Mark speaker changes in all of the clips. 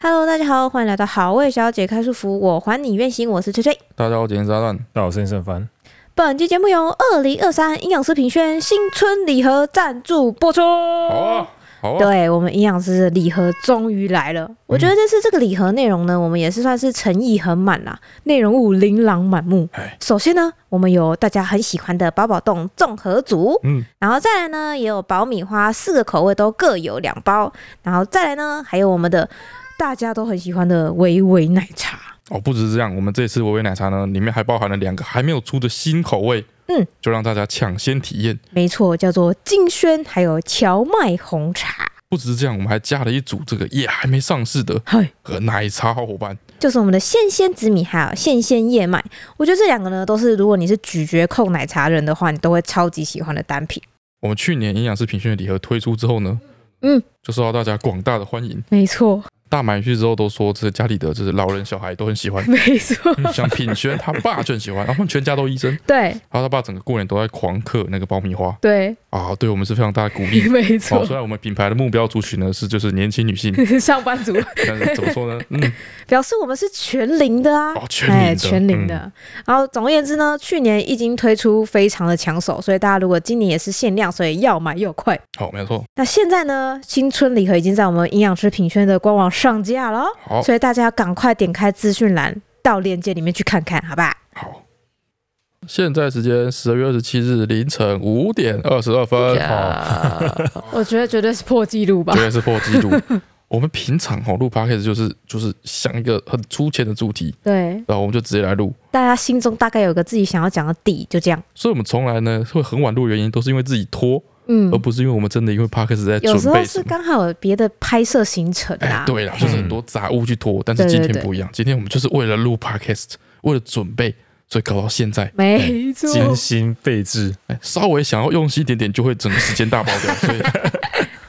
Speaker 1: Hello，大家好，欢迎来到好味小姐开束缚，我还你愿心，我是崔崔。
Speaker 2: 大家好，我今天是阿蛋。
Speaker 3: 那我是盛凡，
Speaker 1: 本期节目由二零二三营养师品轩新春礼盒赞助播出。
Speaker 2: 好啊，好啊，嗯
Speaker 1: 对我们营养师的礼盒终于来了，我觉得这次这个礼盒内容呢，我们也是算是诚意很满啦，内容物琳琅满目
Speaker 2: 哎。
Speaker 1: 首先呢，我们有大家很喜欢的宝宝冻综合组，
Speaker 2: 嗯，
Speaker 1: 然后再来呢，也有爆米花四个口味都各有两包，然后再来呢，还有我们的大家都很喜欢的维维奶茶。
Speaker 2: 哦，不止这样，我们这次维维奶茶呢，里面还包含了两个还没有出的新口味，
Speaker 1: 嗯，
Speaker 2: 就让大家抢先体验。
Speaker 1: 没错，叫做金萱，还有荞麦红茶，
Speaker 2: 不止这样，我们还加了一组这个也还没上市的
Speaker 1: 嗨，
Speaker 2: 和奶茶好伙伴。
Speaker 1: 就是我们的鲜鲜紫米，还有鲜鲜燕麦。我觉得这两个呢，都是如果你是咀嚼控奶茶人的话，你都会超级喜欢的单品。
Speaker 2: 我们去年营养师评选的礼盒推出之后呢，
Speaker 1: 嗯，
Speaker 2: 就受到大家广大的欢迎。
Speaker 1: 没错，。
Speaker 2: 大买去之后都说，这家里的就是老人小孩都很喜欢
Speaker 1: 没错，
Speaker 2: 嗯像品轩他爸就很喜欢，然后他们全家都医生，
Speaker 1: 对
Speaker 2: 然后他爸整个过年都在狂嗑那个爆米花
Speaker 1: 对，。
Speaker 2: 啊，对我们是非常大的鼓 励
Speaker 1: 没
Speaker 2: 哦，虽然我们品牌的目标族群呢是就是年轻女 性，
Speaker 1: 上班族
Speaker 2: 但是怎么说呢？嗯，
Speaker 1: 表示我们是全龄的啊，
Speaker 2: 哦，全龄的，嗯
Speaker 1: 全龄的。然后总而言之呢，去年一经推出，非常的抢手，所以大家如果今年也是限量，所以要买要快。
Speaker 2: 好，没有错。
Speaker 1: 那现在呢，新春礼盒已经在我们营养师品轩的官网上架了哦，
Speaker 2: 好，
Speaker 1: 所以大家赶快点开资讯栏到链接里面去看看，好吧？
Speaker 2: 好。现在时间十二月二十七日凌晨五点二十二分，哦，
Speaker 1: 我觉得绝对是破纪录吧
Speaker 2: 绝对是破 纪录。我们平常哦录 podcast 就是就是想一个很粗浅的主题，
Speaker 1: 对，
Speaker 2: 然后我们就直接来录。
Speaker 1: 大家心中大概有个自己想要讲的底，就这样。
Speaker 2: 所以我们从来呢会很晚录，原因都是因为自己拖，
Speaker 1: 嗯
Speaker 2: 而，不是因为我们真的因为 podcast 在
Speaker 1: 有时候
Speaker 2: 呃准备
Speaker 1: 是
Speaker 2: 什么。
Speaker 1: 刚好有别的拍摄行程啊
Speaker 2: 哎
Speaker 1: 啦。，嗯
Speaker 2: 对啦，就是很多杂物去拖，但是
Speaker 1: 对
Speaker 2: 今
Speaker 1: 对
Speaker 2: 天
Speaker 1: 对
Speaker 2: 不一样，今天我们就是为了录 podcast，为了准备，所以搞到现在。
Speaker 1: 没错。
Speaker 3: 精心备至，
Speaker 2: 哎，稍微想要用心一点点，就会整个时间大爆 掉，所以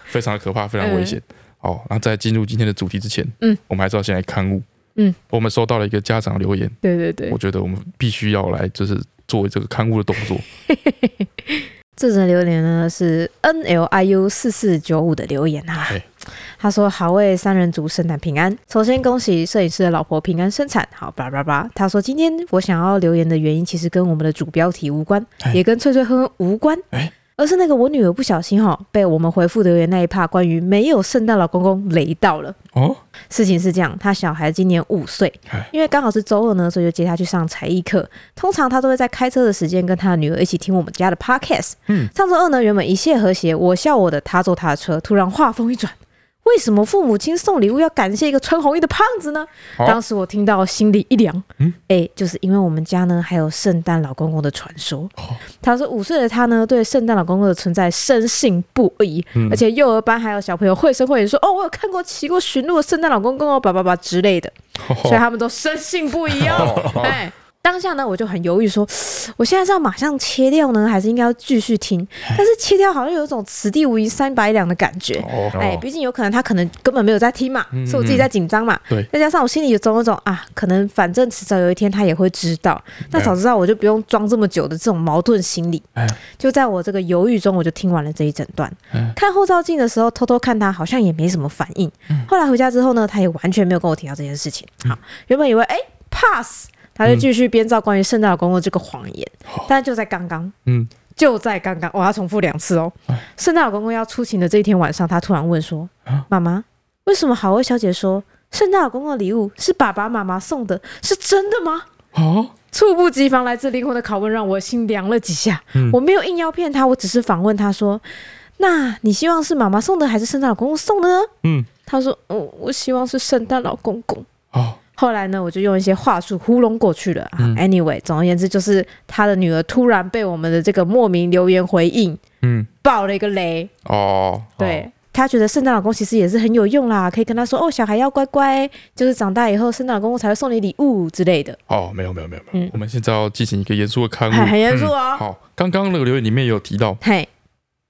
Speaker 2: 非常的可怕，非常危险。好，那在进入今天的主题之前，
Speaker 1: 嗯，
Speaker 2: 我们还是要先来刊物。
Speaker 1: 嗯，
Speaker 2: 我们收到了一个家长留言，
Speaker 1: 对对对
Speaker 2: 我，觉得我们必须要来就是做这个刊物的动作。
Speaker 1: 这则留言呢是 N L I U 四四九五的留言啊
Speaker 2: 哎。
Speaker 1: 他说：“好为三人组生产平安，首先恭喜摄影师的老婆平安生产。”好，叭叭叭。他说：“今天我想要留言的原因，其实跟我们的主标题无关，
Speaker 2: 哎
Speaker 1: 也跟脆脆哼哼无关，
Speaker 2: 哎
Speaker 1: 而是那个我女儿不小心哈、被我们回复留言那一趴关于没有圣诞老公公雷到了。”
Speaker 2: 哦，
Speaker 1: 事情是这样，他小孩今年五岁
Speaker 2: 哎，
Speaker 1: 因为刚好是周二呢，所以就接他去上才艺课。通常他都会在开车的时间跟他的女儿一起听我们家的 podcast。
Speaker 2: 嗯，
Speaker 1: 上周二呢，原本一切和谐，我笑我的，他坐他的车，突然话锋一转。为什么父母亲送礼物要感谢一个穿红衣的胖子呢？
Speaker 2: 好
Speaker 1: 当时我听到心里一凉，
Speaker 2: 嗯
Speaker 1: 哎、就是因为我们家呢还有圣诞老公公的传说。
Speaker 2: 哦
Speaker 1: 他说五岁的他呢对圣诞老公公的存在深信不疑，
Speaker 2: 嗯
Speaker 1: 而且幼儿班还有小朋友绘声绘影说：“哦，我有看过骑过驯鹿的圣诞老公公哦，叭叭叭之类的。”所以他们都深信不疑哦。
Speaker 2: 哦
Speaker 1: 哎，当下呢，我就很犹豫说，我现在是要马上切掉呢，还是应该要继续听？
Speaker 2: 哎
Speaker 1: 但是切掉好像有一种此地无银三百两的感觉。
Speaker 2: 哦，
Speaker 1: 哎，毕竟有可能他可能根本没有在听嘛，
Speaker 2: 嗯
Speaker 1: 是我自己在紧张嘛。
Speaker 2: 对
Speaker 1: 再加上我心里有总有种啊，可能反正迟早有一天他也会知道，那
Speaker 2: 啊
Speaker 1: 早知道我就不用装这么久的这种矛盾心理。
Speaker 2: 哎
Speaker 1: 就在我这个犹豫中，我就听完了这一整段。
Speaker 2: 嗯
Speaker 1: 看后照镜的时候，偷偷看他，好像也没什么反应。
Speaker 2: 嗯
Speaker 1: 后来回家之后呢，他也完全没有跟我提到这件事情。好，原本以为哎 pass，他就继续编造关于圣诞老公公这个谎言，但就在刚刚，
Speaker 2: 嗯，
Speaker 1: 就在刚刚，我要重复两次哦。圣诞老公公要出勤的这一天晚上，他突然问说：“
Speaker 2: 嗯
Speaker 1: 妈妈，为什么好味小姐说圣诞老公公的礼物是爸爸妈妈送的？是真的吗？”
Speaker 2: 哦，
Speaker 1: 猝不及防来自灵魂的拷问让我心凉了几下。
Speaker 2: 嗯
Speaker 1: 我没有硬要骗他，我只是访问他说：“那你希望是妈妈送的还是圣诞老公公送的呢
Speaker 2: 嗯，？”
Speaker 1: 他说：“嗯，我希望是圣诞老公公。”
Speaker 2: 哦，
Speaker 1: 后来呢，我就用一些话术糊弄过去了、啊
Speaker 2: 嗯
Speaker 1: Anyway，总而言之，就是他的女儿突然被我们的这个莫名留言回应
Speaker 2: 嗯，
Speaker 1: 爆了一个雷，
Speaker 2: 哦，
Speaker 1: 对。他觉得圣诞老公其实也是很有用啦，可以跟他说哦，小孩要乖乖，就是长大以后圣诞老公公才会送你礼物之类的，
Speaker 2: 哦，没有，没有，没有，没有
Speaker 1: 嗯，
Speaker 2: 我们现在要进行一个严肃的刊
Speaker 1: 很
Speaker 2: 物。嗯
Speaker 1: 很严肃哦。
Speaker 2: 好，刚刚那个留言里面也有提到，
Speaker 1: 嘿，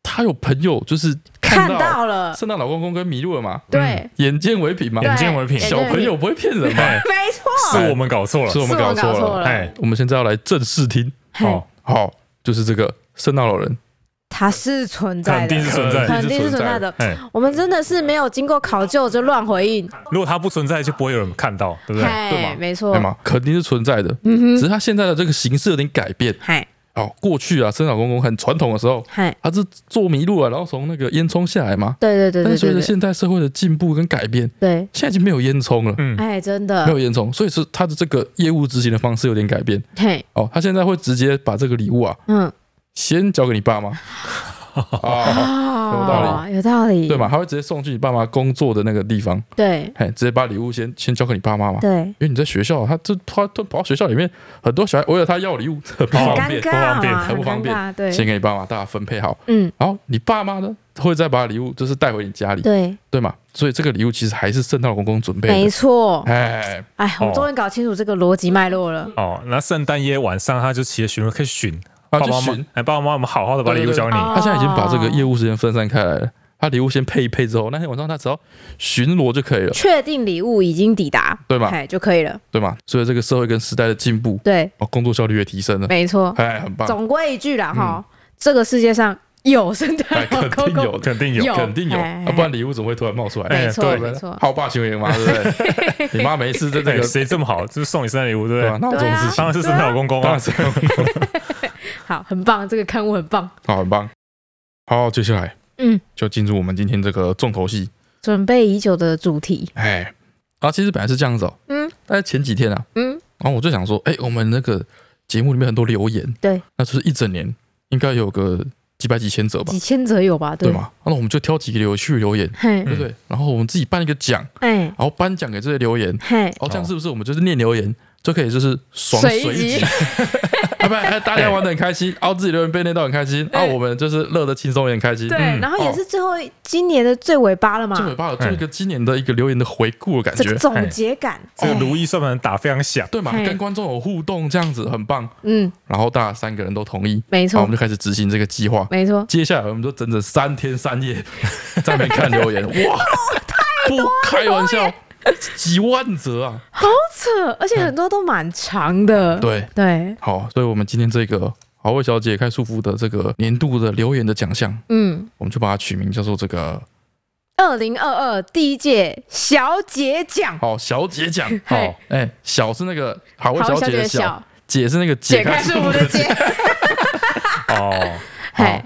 Speaker 2: 他有朋友就是
Speaker 1: 看
Speaker 2: 到嗯
Speaker 1: 到了，
Speaker 2: 圣诞老公公跟麋鹿了嘛，
Speaker 1: 对，
Speaker 2: 嗯眼见为凭嘛，
Speaker 3: 眼见为凭，
Speaker 1: 对
Speaker 2: 小朋友不会骗人嘛，
Speaker 3: 哎，
Speaker 1: 没错，
Speaker 3: 是我们搞错了
Speaker 2: 是，我们搞错了。
Speaker 3: 哎，
Speaker 1: 嗯
Speaker 2: 我们现在要来正式听，
Speaker 1: 嘿
Speaker 3: 哦，
Speaker 2: 好，就是这个圣诞老人
Speaker 1: 它是存在
Speaker 3: 肯定
Speaker 1: 的
Speaker 3: 是，存在
Speaker 1: 肯定是存在。的。
Speaker 3: 哎，
Speaker 1: 我们真的是没有经过考究就乱回应，
Speaker 3: 如果它不存在，就不会有人看到，对不对？
Speaker 2: 对嘛
Speaker 1: 嗨，没错
Speaker 2: 对，吗？肯定是存在的，
Speaker 1: 嗯
Speaker 2: 只
Speaker 1: 哼，
Speaker 2: 是它现在的这个形式有点改变。
Speaker 1: 嗨
Speaker 2: 哦，过去啊，生老公公很传统的时候，
Speaker 1: 嗨，
Speaker 2: 他是坐迷路了，啊然后从那个烟囱下来嘛。
Speaker 1: 对对对
Speaker 2: 但
Speaker 1: 对
Speaker 2: 是随
Speaker 1: 对
Speaker 2: 着
Speaker 1: 对
Speaker 2: 现代社会的进步跟改变，
Speaker 1: 对，
Speaker 2: 现在已经没有烟囱了，
Speaker 3: 嗯，
Speaker 1: 哎，真
Speaker 2: 没
Speaker 1: 的，
Speaker 2: 有烟囱，所以是他的这个业务执行的方式有点改变。
Speaker 1: 嘿，
Speaker 2: 哦，他现在会直接把这个礼物啊，
Speaker 1: 嗯，
Speaker 2: 先交给你 爸妈，啊，有道
Speaker 1: 哦，有道理，
Speaker 2: 对嘛？？他会直接送去你爸妈工作的那个地方，
Speaker 1: 对
Speaker 2: 嘿，直接把礼物先先交给你爸妈嘛。
Speaker 1: 对，
Speaker 2: 因为你在学校，他这他他跑到学校里面，很多小孩为了他要礼 物，很不
Speaker 1: 很
Speaker 2: 方
Speaker 1: 尴
Speaker 2: 便，
Speaker 1: 尬嘛，
Speaker 2: 很
Speaker 1: 很
Speaker 2: 不方
Speaker 1: 尴
Speaker 2: 便
Speaker 1: 尬，对，
Speaker 2: 先给你爸妈，大家分配好。
Speaker 1: 嗯，
Speaker 2: 然后你爸妈呢，会再把礼物就是带回你家里，
Speaker 1: 对，
Speaker 2: 对嘛？所以这个礼物其实还是圣诞老公公准备
Speaker 1: 没
Speaker 2: 的。
Speaker 1: 错。
Speaker 2: 哎，
Speaker 1: 哎，我们终于搞清楚这个逻辑脉络了。
Speaker 3: 哦，那圣诞夜晚上，他就骑着巡逻可以巡
Speaker 2: 啊，
Speaker 3: 爸
Speaker 2: 就
Speaker 3: 爸妈
Speaker 2: 巡
Speaker 3: 妈，，哎，爸爸妈妈，我们好好的把礼物交给你。
Speaker 1: 对对对
Speaker 2: 他现在已经把这个业务时间分散开来了。他礼物先配一配之后，那天晚上他只要巡逻就可以了，
Speaker 1: 确定礼物已经抵达，
Speaker 2: 对吧
Speaker 1: 哎，就可以了。
Speaker 2: 对吗？所以这个社会跟时代的进步，
Speaker 1: 对，
Speaker 2: 哦，工作效率也提升了，
Speaker 1: 没错。
Speaker 2: 哎，很棒，嗯
Speaker 1: 总归一句啦，哈，这个世界上有圣
Speaker 2: 哎，
Speaker 1: 诞 老
Speaker 2: 肯
Speaker 1: 公
Speaker 2: 定
Speaker 1: 公，
Speaker 2: 有的，
Speaker 3: 肯定有，
Speaker 1: 有
Speaker 2: 肯定有，
Speaker 1: 哎
Speaker 2: 啊，不然礼物怎么会突然冒出来？
Speaker 1: 没错
Speaker 3: 对
Speaker 1: 没错。
Speaker 2: 好霸行为嘛，对不 对？你妈没事，这这
Speaker 3: 哎
Speaker 2: 个
Speaker 3: 谁这么好，就是送你圣诞礼物，对不
Speaker 2: 对吧？
Speaker 3: 对？
Speaker 2: 那我
Speaker 1: 对
Speaker 2: 总
Speaker 1: 啊
Speaker 2: 是
Speaker 3: 当然是圣诞老公公
Speaker 2: 当
Speaker 3: 啊
Speaker 2: 然，是
Speaker 1: 好，很棒，这个刊物很棒。
Speaker 2: 好，很棒。好，接下来
Speaker 1: 嗯，
Speaker 2: 就进入我们今天这个重头戏，
Speaker 1: 准备已久的主题，
Speaker 2: 哎，啊，其实本来是这样子哦，
Speaker 1: 嗯
Speaker 2: 但是前几天啊，
Speaker 1: 嗯，
Speaker 2: 然后我就想说，哎、我们那个节目里面很多留言，
Speaker 1: 对，
Speaker 2: 那就是一整年应该有个几百几千则吧
Speaker 1: 几，千则有吧？
Speaker 2: 对
Speaker 1: 吗？
Speaker 2: 吗？啊那我们就挑几个有趣的留言，
Speaker 1: 嘿
Speaker 2: 对，不对？然后我们自己办一个奖，
Speaker 1: 哎，
Speaker 2: 然后颁奖给这些留言，
Speaker 1: 嘿，
Speaker 2: 哦，这样是不是我们就是念留言、就可以就是爽
Speaker 1: 随
Speaker 2: 随
Speaker 1: 机
Speaker 2: 机？啊，不然，哎大家玩的很开心，然后自己留言被念到很开心，然
Speaker 1: 哎
Speaker 2: 后我们就是乐得轻松也很开心。
Speaker 1: 对，
Speaker 3: 嗯
Speaker 1: 然后也是最后今年的最尾巴了嘛
Speaker 2: 最，尾巴有做一个今年的一个留言的回顾的感
Speaker 1: 这个
Speaker 2: 觉，
Speaker 1: 总结感，
Speaker 3: 这个
Speaker 1: 哎
Speaker 3: 如意算盘打非常响，
Speaker 2: 对嘛？
Speaker 1: 嘿
Speaker 2: 跟观众有互动，这样子很棒。
Speaker 1: 嗯，
Speaker 2: 然后大家三个人都同意，
Speaker 1: 没
Speaker 2: 然后我
Speaker 1: 错
Speaker 2: 们，就开始执行这个计划。
Speaker 1: 没错，
Speaker 2: 接下来我们就整整三天三夜 在那边看 留言，哇，不开玩笑，几万则啊！
Speaker 1: 好扯，而且很多都蛮长的，
Speaker 2: 嗯对，
Speaker 1: 对，
Speaker 2: 好，所以我们今天这个好味小姐开束缚的这个年度的留言的奖项，
Speaker 1: 嗯，
Speaker 2: 我们就把它取名叫做这个
Speaker 1: 二零二二第一届小姐奖，
Speaker 2: 好小姐 奖。好
Speaker 3: 哦
Speaker 1: 嘿，
Speaker 2: 哎、小是那个好味小姐的
Speaker 1: 的
Speaker 2: 小，姐是那个
Speaker 1: 解
Speaker 2: 开
Speaker 1: 开
Speaker 2: 束
Speaker 1: 是我的解，
Speaker 3: 哦，
Speaker 1: 嘿，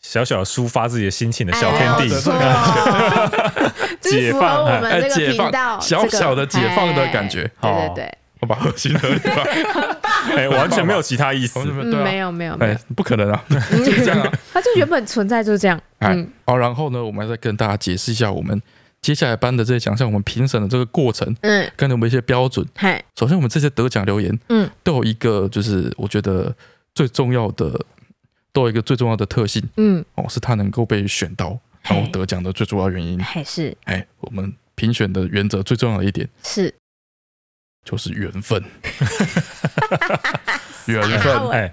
Speaker 3: 小小的抒发自己的心情的小
Speaker 1: 哎
Speaker 3: 天
Speaker 1: 没
Speaker 3: 地
Speaker 1: 错， 就是符合我们
Speaker 2: 哎，
Speaker 1: 这个
Speaker 2: 解
Speaker 1: 频
Speaker 2: 放
Speaker 1: 道，
Speaker 2: 小
Speaker 1: 这个
Speaker 2: 小的解放的感，觉，
Speaker 1: 哎
Speaker 3: 哦
Speaker 1: 对对对，
Speaker 2: 我把核心合理化，
Speaker 3: 哎，完全没有其他意思
Speaker 2: 我，们
Speaker 1: 嗯，没
Speaker 2: 对啊，
Speaker 1: 有没有没
Speaker 2: 哎
Speaker 1: 有，，
Speaker 2: 不可能啊，
Speaker 1: 嗯
Speaker 2: 这样啊，
Speaker 1: 它就原本存在就是这样，
Speaker 2: 哎
Speaker 1: 嗯，，
Speaker 2: 好，然后呢，我们再跟大家解释一下我们接下来颁的这些奖项，我们评审的这个过程，
Speaker 1: 嗯，
Speaker 2: 跟我们一些标准。
Speaker 1: 嗨，
Speaker 2: 首先，我们这些得奖留言，
Speaker 1: 嗯，
Speaker 2: 都有一个就是我觉得最重要的，都有一个最重要的特性
Speaker 1: 嗯，
Speaker 2: 哦，是它能够被选到，然后
Speaker 1: 嘿，
Speaker 2: 得奖的最主要原因。
Speaker 1: 还是
Speaker 2: 哎，我们评选的原则最重要的一点
Speaker 1: 是
Speaker 2: 就是缘 分，缘
Speaker 1: 啊
Speaker 2: 分
Speaker 1: 我。
Speaker 3: 哎，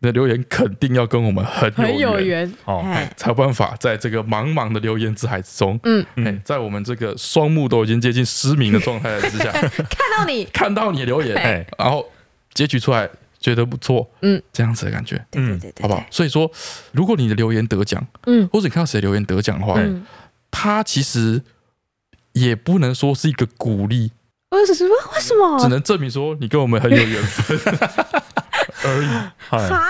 Speaker 2: 那留言肯定要跟我们很
Speaker 1: 很有
Speaker 2: 有缘，
Speaker 1: 缘，
Speaker 3: 哦，
Speaker 1: 哎，
Speaker 2: 才有办法在这个茫茫的留言之海之中，
Speaker 1: 嗯，
Speaker 2: 哎
Speaker 3: 嗯，，
Speaker 2: 在我们这个双目都已经接近失明的状态之 下，
Speaker 1: 看到你，
Speaker 2: 看到你的留言，
Speaker 3: 哎，
Speaker 2: 然后截取出来觉得不错，
Speaker 1: 嗯，
Speaker 2: 这样子的感觉，
Speaker 1: 对对
Speaker 3: 嗯
Speaker 1: 对对，
Speaker 2: 好不好？所以说，如果你的留言得奖，
Speaker 1: 嗯
Speaker 2: 或者你看到谁留言得奖的话，
Speaker 1: 嗯，
Speaker 2: 他其实也不能说是一个鼓励，
Speaker 1: 为什么为什么
Speaker 2: 只能证明说你跟我们很有缘 分而已。
Speaker 3: 哎，
Speaker 1: 啊？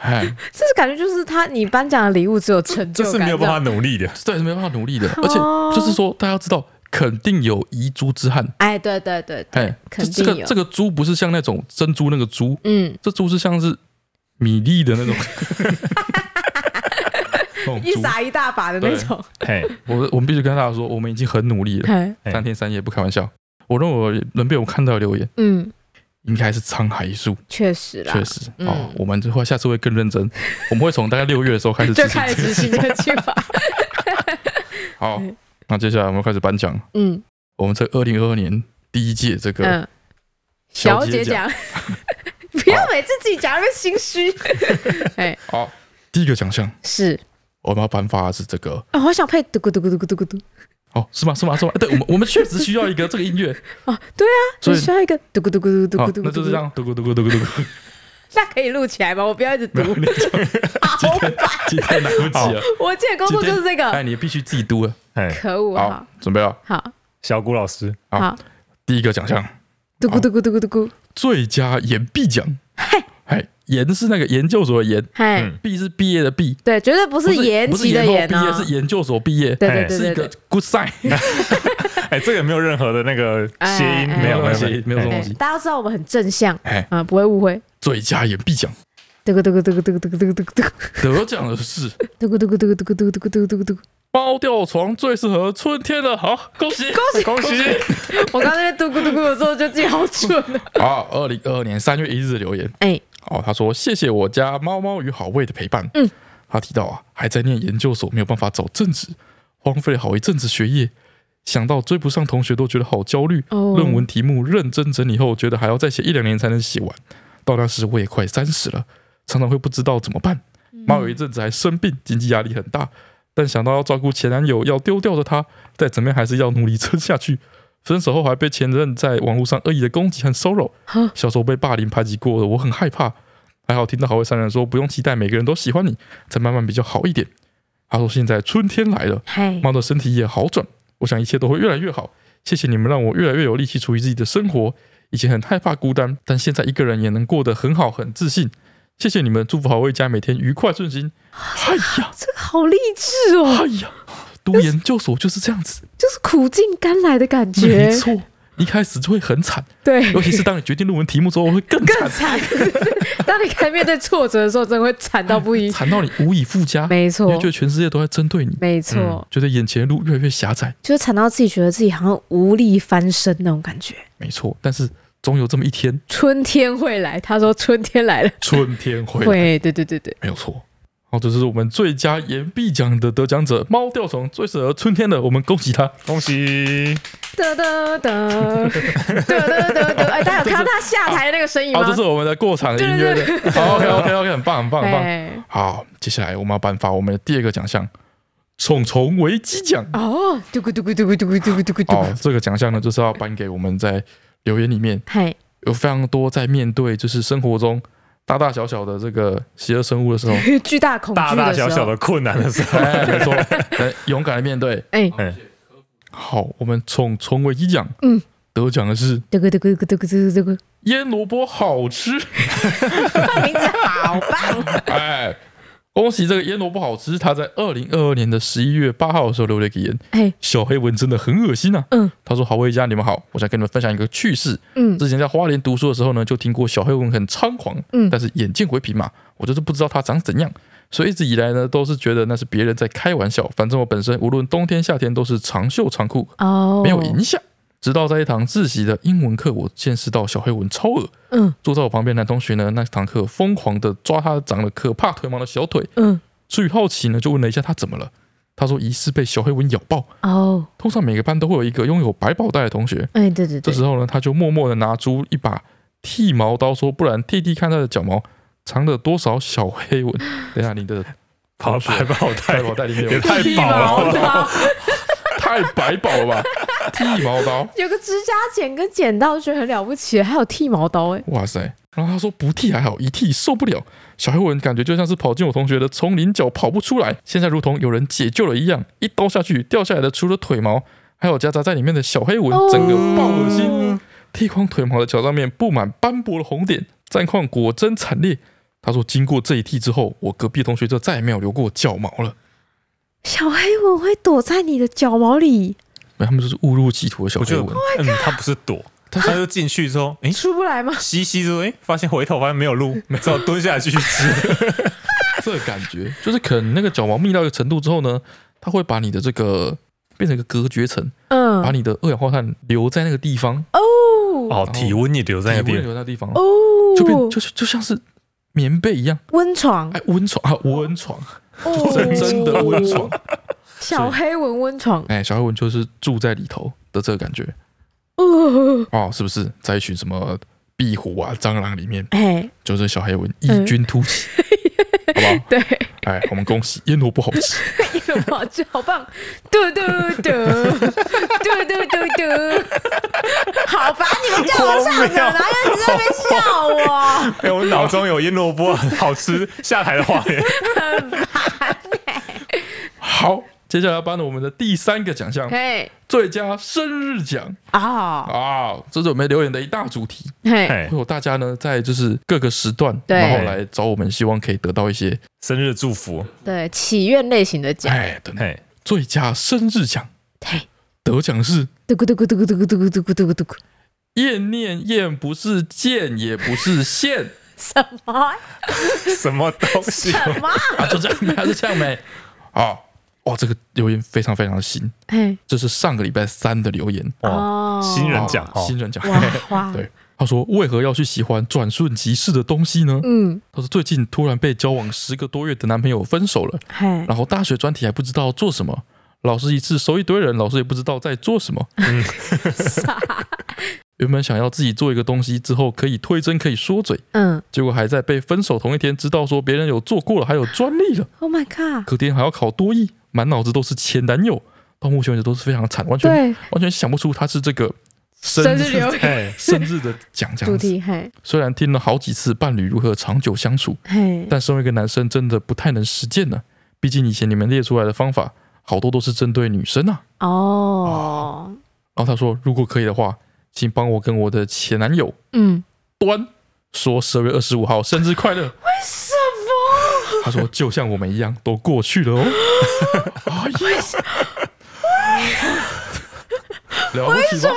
Speaker 2: 哎，
Speaker 1: 这是感觉就是他你颁奖的礼物只有成就
Speaker 3: 这
Speaker 1: 感，
Speaker 3: 是没有
Speaker 1: 这
Speaker 3: 办法
Speaker 1: 样
Speaker 3: 努力的，
Speaker 2: 对，是没办法努力的，而
Speaker 1: 哦
Speaker 2: 且就是说，大家要知道，肯定有遗珠之憾。
Speaker 1: 哎，对对对，
Speaker 2: 哎，
Speaker 1: 肯
Speaker 2: 这这
Speaker 1: 定
Speaker 2: 个
Speaker 1: 有
Speaker 2: 这个珠不是像那种珍珠那个珠，
Speaker 1: 嗯，
Speaker 2: 这猪是像是米粒的那 种，那种
Speaker 1: 一
Speaker 2: 猪。
Speaker 1: 撒一大把的那种，
Speaker 3: 哎，
Speaker 2: 我我们必须跟大家说，我们已经很努力了，
Speaker 1: 哎，
Speaker 3: 嘿
Speaker 2: 三天三夜不开玩笑。我认为能被我看到的留言，
Speaker 1: 嗯，
Speaker 2: 应该是沧海一粟，
Speaker 1: 确实啦，
Speaker 2: 确实
Speaker 1: 嗯
Speaker 2: 哦。我们会下次会更认真，我们会从大概六月的时候开 始
Speaker 1: 就
Speaker 2: 执行
Speaker 1: 开
Speaker 2: 这
Speaker 1: 始
Speaker 2: 个
Speaker 1: 执行 这个计划，
Speaker 2: 好
Speaker 1: 嗯，
Speaker 2: 那接下来我们开始颁奖，
Speaker 1: 嗯
Speaker 2: 我们这二零二二年第一届这个
Speaker 1: 嗯，小姐
Speaker 2: 姐奖，
Speaker 1: 奖，不要每次自己讲那么心虚，
Speaker 2: 哦好，第一个奖项
Speaker 1: 是
Speaker 2: 我们要颁发的是这个
Speaker 1: 啊，好想配嘟咕嘟咕嘟咕嘟咕嘟
Speaker 2: 哦，是吗？是吗？是吗？对，我们我们确实需要一个这个音乐，
Speaker 1: 哦，对啊，就
Speaker 2: 所以
Speaker 1: 需要一个嘟咕嘟咕嘟嘟
Speaker 2: 好
Speaker 1: 咕嘟，
Speaker 2: 那
Speaker 1: 咕
Speaker 2: 就
Speaker 1: 嘟
Speaker 2: 是这
Speaker 1: 咕，
Speaker 2: 样，嘟咕嘟咕嘟咕嘟咕。
Speaker 1: 那可以录起来吗？我不要一直读， 好烦。
Speaker 2: 今天来不及了，
Speaker 1: 我记得工
Speaker 2: 今
Speaker 1: 作就
Speaker 2: 天
Speaker 1: 是这个，
Speaker 2: 哎，你必须自己读了。
Speaker 3: 哎，
Speaker 1: 可恶，
Speaker 2: 好
Speaker 1: 好，
Speaker 2: 准备了。
Speaker 1: 好
Speaker 3: 小谷老师，
Speaker 2: 好
Speaker 1: 好，
Speaker 2: 第一个奖项，
Speaker 1: 嘟咕嘟咕嘟咕嘟咕，
Speaker 2: 最佳研毕奖。
Speaker 1: 嘿，
Speaker 2: 哎，研是那个研究所的研，
Speaker 1: 嗨
Speaker 3: 嗯，
Speaker 2: 毕是毕业的毕，
Speaker 1: 对，绝对不
Speaker 2: 不
Speaker 1: 是延
Speaker 2: 不是
Speaker 1: 期的
Speaker 2: 后
Speaker 1: 延
Speaker 2: 毕业
Speaker 1: 哦，
Speaker 2: 是研究所毕业，
Speaker 1: 对
Speaker 3: 哎
Speaker 1: 对对
Speaker 2: 是
Speaker 1: 对
Speaker 2: 一个
Speaker 1: 对，
Speaker 2: good sign，
Speaker 3: 哎，这个没有任何的那个
Speaker 1: 哎
Speaker 3: 谐音，
Speaker 1: 哎
Speaker 3: 没有
Speaker 1: 哎
Speaker 2: 谐音没有
Speaker 3: 哎
Speaker 2: 这种
Speaker 1: 哎
Speaker 2: 东西
Speaker 1: 大家都知道我们很正向
Speaker 2: 哎，
Speaker 1: 啊，不会误会。
Speaker 2: 最佳研毕奖。
Speaker 1: 嘟咕嘟咕嘟咕嘟咕嘟咕嘟咕嘟咕
Speaker 2: 得奖的是
Speaker 1: 嘟咕嘟咕嘟咕嘟咕嘟咕嘟咕嘟咕嘟。
Speaker 2: 猫吊床，最适合春天了。好，恭喜恭喜恭喜！
Speaker 1: 我刚才在嘟咕嘟咕的时候，就自己好蠢啊！
Speaker 2: 好，二零二二年三月一日留言，
Speaker 1: 哎，
Speaker 2: 哦，他说谢谢我家猫猫与好味的陪伴。嗯，他提到啊，还在念研究所，没有办法找正职，荒废了好一阵子学业，想到追不上同学都觉得好焦虑。
Speaker 1: 哦
Speaker 2: 论文题目认真整理后，觉得还要再写一两年才能写完。到那时我也快三十了，常常会不知道怎么办。
Speaker 1: 嗯
Speaker 2: 猫有一阵子还生病，经济压力很大，但想到要照顾前男友要丢掉的他，再怎么样还是要努力撑下去。分手后还被前任在网络上恶意的攻击和骚扰
Speaker 1: 哈，
Speaker 2: 小时候被霸凌排挤过的我很害怕。还好听到好味三人说不用期待每个人都喜欢你，再慢慢比较好一点。他说现在春天来了，
Speaker 1: 嗨，
Speaker 2: 猫的身体也好转，我想一切都会越来越好。谢谢你们让我越来越有力气处理自己的生活。以前很害怕孤单，但现在一个人也能过得很好，很自信。谢谢你们，祝福好味家每天愉快顺心。哎呀，
Speaker 1: 这个好励志哦，
Speaker 2: 哎呀，读研究所就是这样子，
Speaker 1: 就是苦尽甘来的感觉
Speaker 2: 没。错。一开始就会很惨，
Speaker 1: 对，
Speaker 2: 尤其是当你决定论文题目之后，会更
Speaker 1: 更
Speaker 2: 惨，
Speaker 1: 惨。 当你开始面对挫折的时候，真的会惨到不已。
Speaker 2: 惨到啊你无以复加。
Speaker 1: 没
Speaker 2: 你会
Speaker 1: 错
Speaker 2: 觉，得全世界都在针对你，
Speaker 1: 没错。
Speaker 3: 嗯
Speaker 2: 觉得眼前的路越来越狭窄。
Speaker 1: 就是惨到自己觉得自己好像无力翻身那种感觉。
Speaker 2: 没错，但是总有这么一天，
Speaker 1: 春天会来，他说春天来了，
Speaker 2: 春天会来。
Speaker 1: 会，对对对对，
Speaker 2: 没有错。好，这是我们最佳岩壁奖的得奖者猫吊虫，最适合春天的，我们恭喜他。
Speaker 3: 恭喜！
Speaker 1: 哒哒哒， 哒哒哒哒，哎，大家有看到他下台的那个身影
Speaker 2: 好，
Speaker 1: 吗
Speaker 2: 哦这？是我们的过场的音乐的。好，OK，OK，OK，很棒，很棒，很棒。
Speaker 1: 哎，
Speaker 2: 好，接下来我们要颁发我们的第二个奖项——虫虫危机奖。
Speaker 1: 哦，嘟咕嘟咕嘟咕嘟咕嘟咕嘟咕嘟
Speaker 2: 哦
Speaker 1: 咕，，
Speaker 2: 这个奖项呢，就是要颁给我们在留言里面
Speaker 1: 嗨，
Speaker 2: 有非常多在面对就是生活中大大小小的这个邪恶生 物的时候，
Speaker 1: 巨大恐
Speaker 3: 大
Speaker 1: 惧
Speaker 3: 大
Speaker 1: 的
Speaker 3: 小
Speaker 1: 时
Speaker 3: 小
Speaker 1: 候，
Speaker 3: 的困难的时候，
Speaker 2: 哎，没错，哎勇敢的面对。
Speaker 1: 哎，
Speaker 3: 哎，
Speaker 2: 好，我们虫虫危机奖，
Speaker 1: 嗯，
Speaker 2: 得奖的是
Speaker 1: 嘟咕嘟咕嘟咕嘟咕嘟咕嘟，
Speaker 2: 腌萝卜好吃，
Speaker 1: 名字好棒，
Speaker 2: 哎，恭喜这个腌萝卜好吃，他在二零二二年的十一月八号的时候留了一个言，
Speaker 1: 哎，
Speaker 2: 小黑文真的很恶心啊。
Speaker 1: 嗯，
Speaker 2: 他说：“好味家，你们好，我想跟你们分享一个趣事。
Speaker 1: 嗯，
Speaker 2: 之前在花莲读书的时候呢，就听过小黑文很猖狂，
Speaker 1: 嗯
Speaker 2: 但是眼见为凭嘛，我就是不知道他长怎样，所以一直以来呢，都是觉得那是别人在开玩笑。反正我本身无论冬天夏天都是长袖长裤，
Speaker 1: 哦，
Speaker 2: 没有影响。直到在一堂自习的英文课，我见识到小黑文超恶，
Speaker 1: 嗯
Speaker 2: 坐在我旁边的男同学呢，那堂课疯狂的抓他长了可怕腿毛的小腿，
Speaker 1: 嗯，
Speaker 2: 出于好奇呢，就问了一下他怎么了。他说疑似被小黑蚊咬爆。
Speaker 1: 哦，
Speaker 2: 通常每个班都会有一个拥有百宝袋的同学，
Speaker 1: 哎，对对
Speaker 2: 这
Speaker 1: 对，
Speaker 2: 时候呢，他就默默的拿出一把剃毛刀，说：“不然弟弟看他的脚毛藏了多少小黑蚊。” 等一下，你的
Speaker 3: 跑
Speaker 2: 同学
Speaker 3: 百宝
Speaker 2: 百
Speaker 3: 袋
Speaker 2: 宝袋里面
Speaker 3: 也
Speaker 2: 有
Speaker 3: 太
Speaker 1: 剃
Speaker 3: 饱
Speaker 1: 毛
Speaker 3: 了，
Speaker 1: 刀，
Speaker 2: 太百宝了吧？剃毛刀，
Speaker 1: 有个指甲剪跟剪刀，觉得很了不起，还有剃毛刀，哎，
Speaker 2: 哇塞！然后他说不剃还好，一剃受不了。小黑蚊感觉就像是跑进我同学的丛林角跑不出来，现在如同有人解救了一样，一刀下去掉下来的除了腿毛，还有夹杂在里面的小黑蚊，
Speaker 1: 哦
Speaker 2: 整个爆恶心。剃光腿毛的脚上面布满斑驳的红点，战况果真惨烈。他说，经过这一剃之后，我隔壁同学就再也没有留过脚毛了。
Speaker 1: 小黑蚊会躲在你的脚毛里，
Speaker 2: 没有哎他们就是误入歧途的小
Speaker 3: 我
Speaker 2: 黑
Speaker 3: 觉得
Speaker 2: 蚊，，
Speaker 3: 嗯，他不是躲，
Speaker 2: 他
Speaker 3: 他
Speaker 2: 是
Speaker 3: 就进去之后， 哎，
Speaker 1: 出不来吗？
Speaker 3: 吸吸之后，哎，发现回头发现没有路，只好蹲下去去吃。
Speaker 2: 这个感觉，就是可能那个脚毛密到一个程度之后呢，它会把你的这个变成一个隔绝层。
Speaker 1: 嗯
Speaker 2: 把，你的二氧化碳留在那个地方，
Speaker 1: 哦
Speaker 3: 哦，体温也留在那
Speaker 2: 体温
Speaker 3: 边，
Speaker 2: 留在地方，
Speaker 1: 哦，
Speaker 2: 就变就是就像是棉被一样，
Speaker 1: 温床
Speaker 2: 哎，温床啊，温床，
Speaker 1: 哦，
Speaker 2: 真真的温床，
Speaker 1: 小黑蚊温床，
Speaker 2: 哎，小黑蚊就是住在里头的这个感觉
Speaker 1: 哦，
Speaker 2: 哦，是不是？在一群什么壁虎啊、蟑螂里面，
Speaker 1: 哎，
Speaker 2: 就是小黑蚊异军突起，好不好？
Speaker 1: 对，
Speaker 2: 哎，我们恭喜腌萝卜好吃，
Speaker 1: 一个好吃，好棒，嘟嘟嘟， 嘟嘟嘟嘟，好吧，你们叫我唱的，然后又一直在那边笑我，
Speaker 3: 哎、我脑中有腌萝卜好吃下台的画面。
Speaker 2: 好。接下来颁了我们的第三个奖项
Speaker 1: 嘿，
Speaker 2: ——最佳生日奖
Speaker 1: 哦，
Speaker 2: 啊！这是我们留言的一大主题，
Speaker 1: 嘿，
Speaker 3: 哎
Speaker 2: 会，有大家呢在就是各个时段，
Speaker 1: 对
Speaker 2: 然后来找我们，希望可以得到一些
Speaker 3: 生日祝福，
Speaker 1: 对，祈愿类型的奖，
Speaker 2: 哎等等
Speaker 3: 嘿，
Speaker 2: 最佳生日奖
Speaker 1: 嘿，
Speaker 2: 得奖是
Speaker 1: 嘟咕嘟咕嘟咕嘟咕嘟咕嘟咕嘟咕嘟咕，
Speaker 2: 燕念燕，不是剑，也不 是线
Speaker 1: 什么
Speaker 3: 什么东西？
Speaker 1: 什么？
Speaker 2: 啊，就这样，还是这样没？啊，哇，这个留言非常非常的新，
Speaker 1: 嘿，
Speaker 2: 这是上个礼拜三的留言，啊
Speaker 3: 哦，
Speaker 1: 哦，
Speaker 3: 新人奖哦
Speaker 2: 新人奖，
Speaker 1: 哇哇，
Speaker 2: 对，他说为何要去喜欢转瞬即逝的东西呢？
Speaker 1: 嗯，
Speaker 2: 他说最近突然被交往十个多月的男朋友分手了，
Speaker 1: 嘿，
Speaker 2: 然后大学专题还不知道做什么，老师一次收一堆人，老师也不知道在做什么。
Speaker 1: 傻，
Speaker 2: 原本想要自己做一个东西之后可以推真可以说嘴，
Speaker 1: 嗯
Speaker 2: 结果还在被分手同一天知道说别人有做过了，还有专 利了，
Speaker 1: ，Oh my god，
Speaker 2: 隔天还要考多艺，满脑子都是前男友，到目前为止都是非常惨，完全
Speaker 1: 对，
Speaker 2: 完全想不出他是这个
Speaker 1: 生日留言
Speaker 3: 嘿，
Speaker 2: 生日的奖这
Speaker 1: 主
Speaker 2: 样子。
Speaker 1: 题，嘿，
Speaker 2: 虽然听了好几次伴侣如何长久相处，
Speaker 1: 嘿，
Speaker 2: 但身为一个男生真的不太能实践呢、毕竟以前你们列出来的方法好多都是针对女生啊。
Speaker 1: 哦，
Speaker 2: 然后他说，如果可以的话，请帮我跟我的前男友
Speaker 1: 嗯，
Speaker 2: 端说十二月二十五号生日快乐。
Speaker 1: 为什么？
Speaker 2: 他说，就像我们一样，都过去 了哦。哎呀，了不起吧？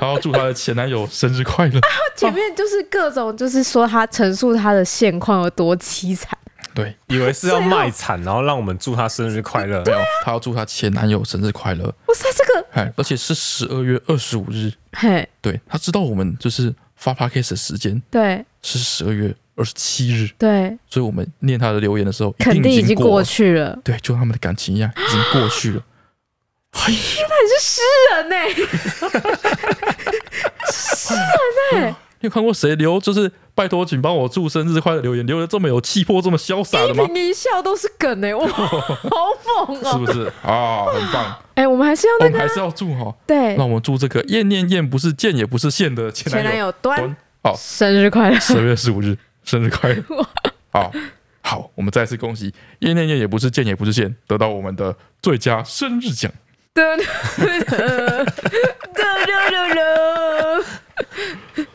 Speaker 2: 然后祝他的前男友生日快乐。
Speaker 1: 前面就是各种，就是说他陈述他的现况有多凄惨，
Speaker 2: 对，
Speaker 3: 以为是要卖惨，然后让我们祝他生日快乐。
Speaker 2: 没有，他要祝他前男友生日快乐。
Speaker 1: 哇塞，这个
Speaker 2: 哎，而且是十二月二十五日。
Speaker 1: 嘿，
Speaker 2: 对他知道我们就是发 podcast 的时间
Speaker 1: 对
Speaker 2: 是十二月二十七日，
Speaker 1: 对，
Speaker 2: 所以我们念他的留言的时候，一
Speaker 1: 肯定已
Speaker 2: 已
Speaker 1: 经
Speaker 2: 过
Speaker 1: 过
Speaker 2: 了。
Speaker 1: 去了。
Speaker 2: 对，就像他们的感情一样，已经过 去了。哎呀，
Speaker 1: 那你是诗人欸呢、
Speaker 2: 你有看过谁留就是拜托，请帮我祝生日快乐留言，留的这么有气魄，这么潇洒的
Speaker 1: 一
Speaker 2: 吗？
Speaker 1: 颦一笑都是梗哎、 哇，好 猛
Speaker 2: 是
Speaker 1: 哦、
Speaker 2: 不是 啊？很棒，
Speaker 1: 哎、 我们还是要
Speaker 2: 我
Speaker 1: 那
Speaker 2: 们
Speaker 1: 个
Speaker 2: 还是要祝哈。
Speaker 1: 对
Speaker 2: 那我们祝这个燕燕燕不是剑也不是线的前
Speaker 1: 前
Speaker 2: 男
Speaker 1: 男
Speaker 2: 友
Speaker 1: 友端
Speaker 2: 端哦好
Speaker 1: 生日 快乐，
Speaker 2: 十二月十五日生日快乐
Speaker 1: 哇！
Speaker 2: 好好，我们再次恭喜燕燕燕也不是剑也不是线，得到我们的最佳生日奖。
Speaker 1: 噔噔噔噔噔，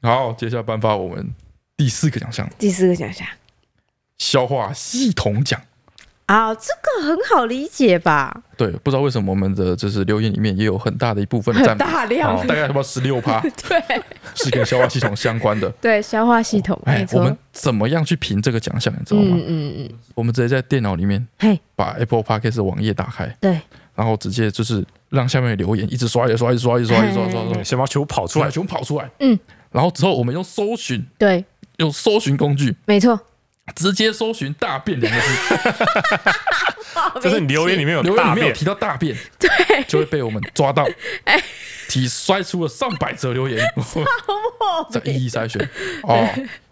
Speaker 2: 好，接下来颁发我们第四个奖项
Speaker 1: 第四个奖项
Speaker 2: ——消化系统奖。
Speaker 1: 啊，这个很好理解吧？
Speaker 2: 对，不知道为什么我们的就是留言里面也有很大的一部分占
Speaker 1: 很
Speaker 2: 比，
Speaker 1: 大量，
Speaker 2: 大概他妈十六趴
Speaker 1: 对
Speaker 2: 是跟消化系统相关的。
Speaker 1: 对，消化系统，
Speaker 2: 哎
Speaker 1: 没，错
Speaker 2: 我们怎么样去评这个奖项，你知道吗？
Speaker 1: 嗯嗯嗯，
Speaker 2: 我们直接在电脑里面
Speaker 1: 嘿，
Speaker 2: 把 Apple Podcast 的网页打开，
Speaker 1: 对，
Speaker 2: 然后直接就是让下面的留言一直刷，一直刷，一直刷，一直刷，一直刷，一直刷，一直刷
Speaker 3: 对，小毛球跑出
Speaker 2: 出
Speaker 3: 来
Speaker 2: 来，全部跑出来。
Speaker 1: 嗯，
Speaker 2: 然后之后我们用搜寻，
Speaker 1: 对，
Speaker 2: 用搜寻工具
Speaker 1: 没错，
Speaker 2: 直接搜寻“大便”两个字，
Speaker 3: 就是你留言里面
Speaker 2: 留
Speaker 3: 有
Speaker 2: 言里
Speaker 3: 大
Speaker 2: 面有
Speaker 3: 便，
Speaker 2: 提到大便，对，就会被我们抓到，提摔出了上百则留言，
Speaker 1: 好
Speaker 2: 再一一筛选。哦，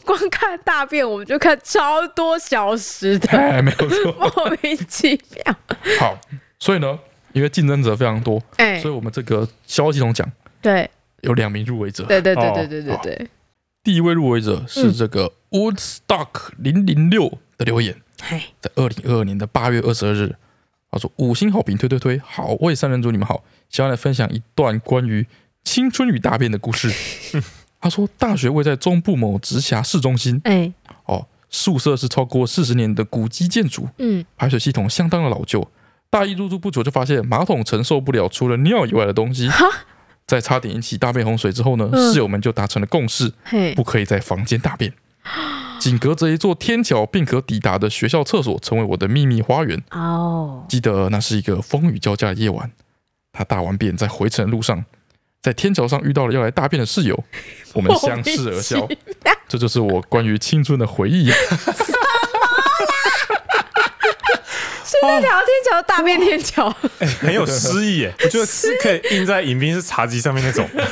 Speaker 1: 光看大便我们就看超多小时 的，
Speaker 2: 哎，没有错。
Speaker 1: 莫名其妙。
Speaker 2: 好，所以呢，因为竞争者非常多，
Speaker 1: 哎、
Speaker 2: 所以我们这个消化系统奖
Speaker 1: 对
Speaker 2: 有两名入围者。
Speaker 1: 对对对
Speaker 3: 哦
Speaker 1: 对对对对，
Speaker 2: 第一位入围者
Speaker 1: 嗯
Speaker 2: 是这个 Woodstock 零零六的留言，
Speaker 1: 嘿，
Speaker 2: 在二零二二年的八月二十二日，他说五星好评推推推，好为三人组你们好，想要来分享一段关于青春与大便的故事。 他说大学位在中部某直辖市中心，
Speaker 1: 哎、
Speaker 2: 哦，宿舍是超过四十年的古迹建筑，
Speaker 1: 嗯，
Speaker 2: 排水系统相当的老旧。大一入住不久就发现马桶承受不了除了尿以外的东西，
Speaker 1: 哈，
Speaker 2: 在差点引起大便洪水之后呢，
Speaker 1: 嗯
Speaker 2: 室友们就达成了共识，
Speaker 1: 嘿，
Speaker 2: 不可以在房间大便。仅隔着一座天桥便可抵达的学校厕所，成为我的秘密花园。
Speaker 1: 哦，
Speaker 2: 记得那是一个风雨交加的夜晚，他大完便在回程的路上，在天桥上遇到了要来大便的室友，我们相视而笑
Speaker 1: 莫名。
Speaker 2: 这就是我关于青春的回忆呀、
Speaker 1: 现在聊天桥大便天桥，
Speaker 3: 哎很有诗意耶。我觉得是可以印在饮冰是茶几上面 那种，
Speaker 1: 很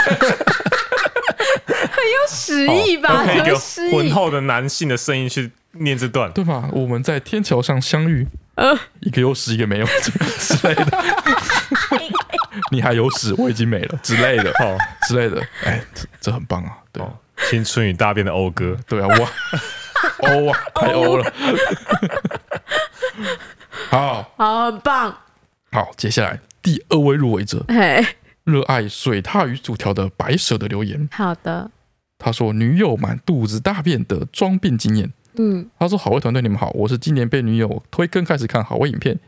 Speaker 1: 有诗意吧？
Speaker 3: 可以
Speaker 1: 很
Speaker 3: 给
Speaker 1: 有诗
Speaker 3: 浑
Speaker 1: 意，
Speaker 3: 厚的男性的声音去念这段，
Speaker 2: 对吗？我们在天桥上相遇，一个有屎，一个没有 之类的。你还有屎，我已经没了之类的哦，之类的。哎，这这很棒啊！对
Speaker 3: 哦青春与大便的讴歌，
Speaker 2: 对啊，哇， 欧啊，太欧了。 好
Speaker 1: 好，很棒，
Speaker 2: 好，接下来第二位入围者，
Speaker 1: 嘿，
Speaker 2: 热爱水獭与薯条的白蛇的留言，
Speaker 1: 好的，
Speaker 2: 他说女友满肚子大便的装病经验。
Speaker 1: 嗯，
Speaker 2: 他说：“好味团队，你们好，我是今年被女友推更开始看好味影片，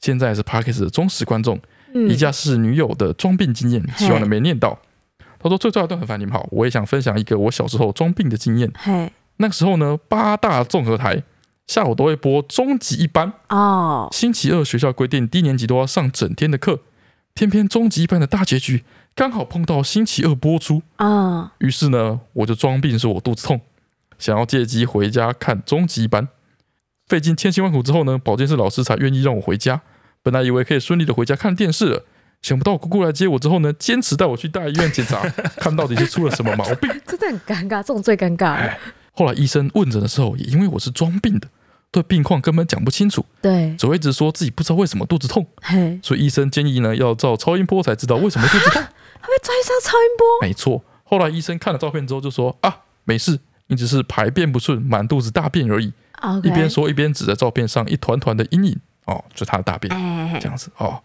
Speaker 2: 现在是 Parkes 的忠实观众，
Speaker 1: 嗯
Speaker 2: 以下是女友的装病经验，
Speaker 1: 嘿
Speaker 2: 希望能没念到。”他说：“最重要的很烦你们好，我也想分享一个我小时候装病的经验。
Speaker 1: 嘿，
Speaker 2: 那个时候呢，八大综合台下午都会播终极一班，
Speaker 1: 哦，
Speaker 2: 星期二学校规定低年级都要上整天的课，偏偏终极一班的大结局刚好碰到星期二播出，
Speaker 1: 嗯，
Speaker 2: 于是呢，我就装病说我肚子痛，想要借机回家看终极班。费尽千辛万苦之后呢，保健室老师才愿意让我回家。本来以为可以顺利的回家看电视了，想不到我姑姑来接我之后呢，坚持带我去大医院检查，看到底是出了什么毛病。
Speaker 1: 真的很尴尬，这种最尴尬了，
Speaker 2: 后来医生问诊的时候，也因为我是装病的，对病况根本讲不清楚，
Speaker 1: 对，
Speaker 2: 只会一直说自己不知道为什么肚子痛，
Speaker 1: 嘿，
Speaker 2: 所以医生建议呢要照超音波才知道为什么肚子
Speaker 1: 还
Speaker 2: 痛。
Speaker 1: 被抓上超音波，
Speaker 2: 没错，后来医生看了照片之后就说啊，没事，你只是排便不顺，满肚子大便而已。
Speaker 1: OK，
Speaker 2: 一边，说一边指着照片上一团团的阴影，哦，就他的大便
Speaker 1: 哎
Speaker 2: 这，样子哦。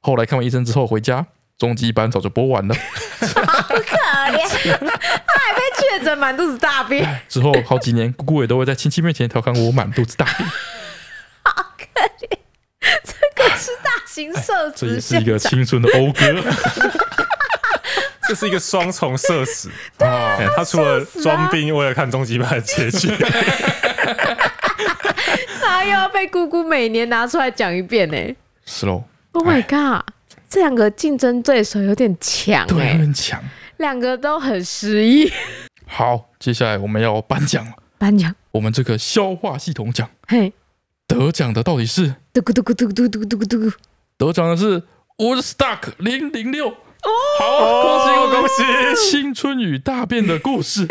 Speaker 2: 后来看完医生之后回家，终极一班早就播完了。
Speaker 1: 可怜， 他还被确诊满肚子大便，
Speaker 2: 之后好几年，姑姑也都会在亲戚面前调侃我满肚子大便，
Speaker 1: 这个是大型社
Speaker 2: 这
Speaker 1: 死
Speaker 2: 也是
Speaker 1: 现
Speaker 2: 一个
Speaker 1: 场，
Speaker 2: 青春的讴歌。
Speaker 3: 这是一个双重社死 啊！哎他除了装病，为了看终极版的结 局，
Speaker 1: 然后又要被姑姑每年拿出来讲一遍呢、
Speaker 2: 是喽，
Speaker 1: Oh my god！这两个竞争对手有点强
Speaker 2: 对，
Speaker 1: 哎、
Speaker 2: 很强。
Speaker 1: 两个都很失意。
Speaker 2: 好，接下来我们要颁奖了。
Speaker 1: 颁奖，
Speaker 2: 我们这个消化系统奖
Speaker 1: 嘿，
Speaker 2: 得奖的到底是
Speaker 1: 嘟咕嘟咕嘟咕嘟咕嘟咕嘟咕，
Speaker 2: 得奖的是 Woodstock 零零六。
Speaker 1: 哦
Speaker 2: 好，恭喜我们
Speaker 3: 恭喜！
Speaker 2: 青春与大便的 故事。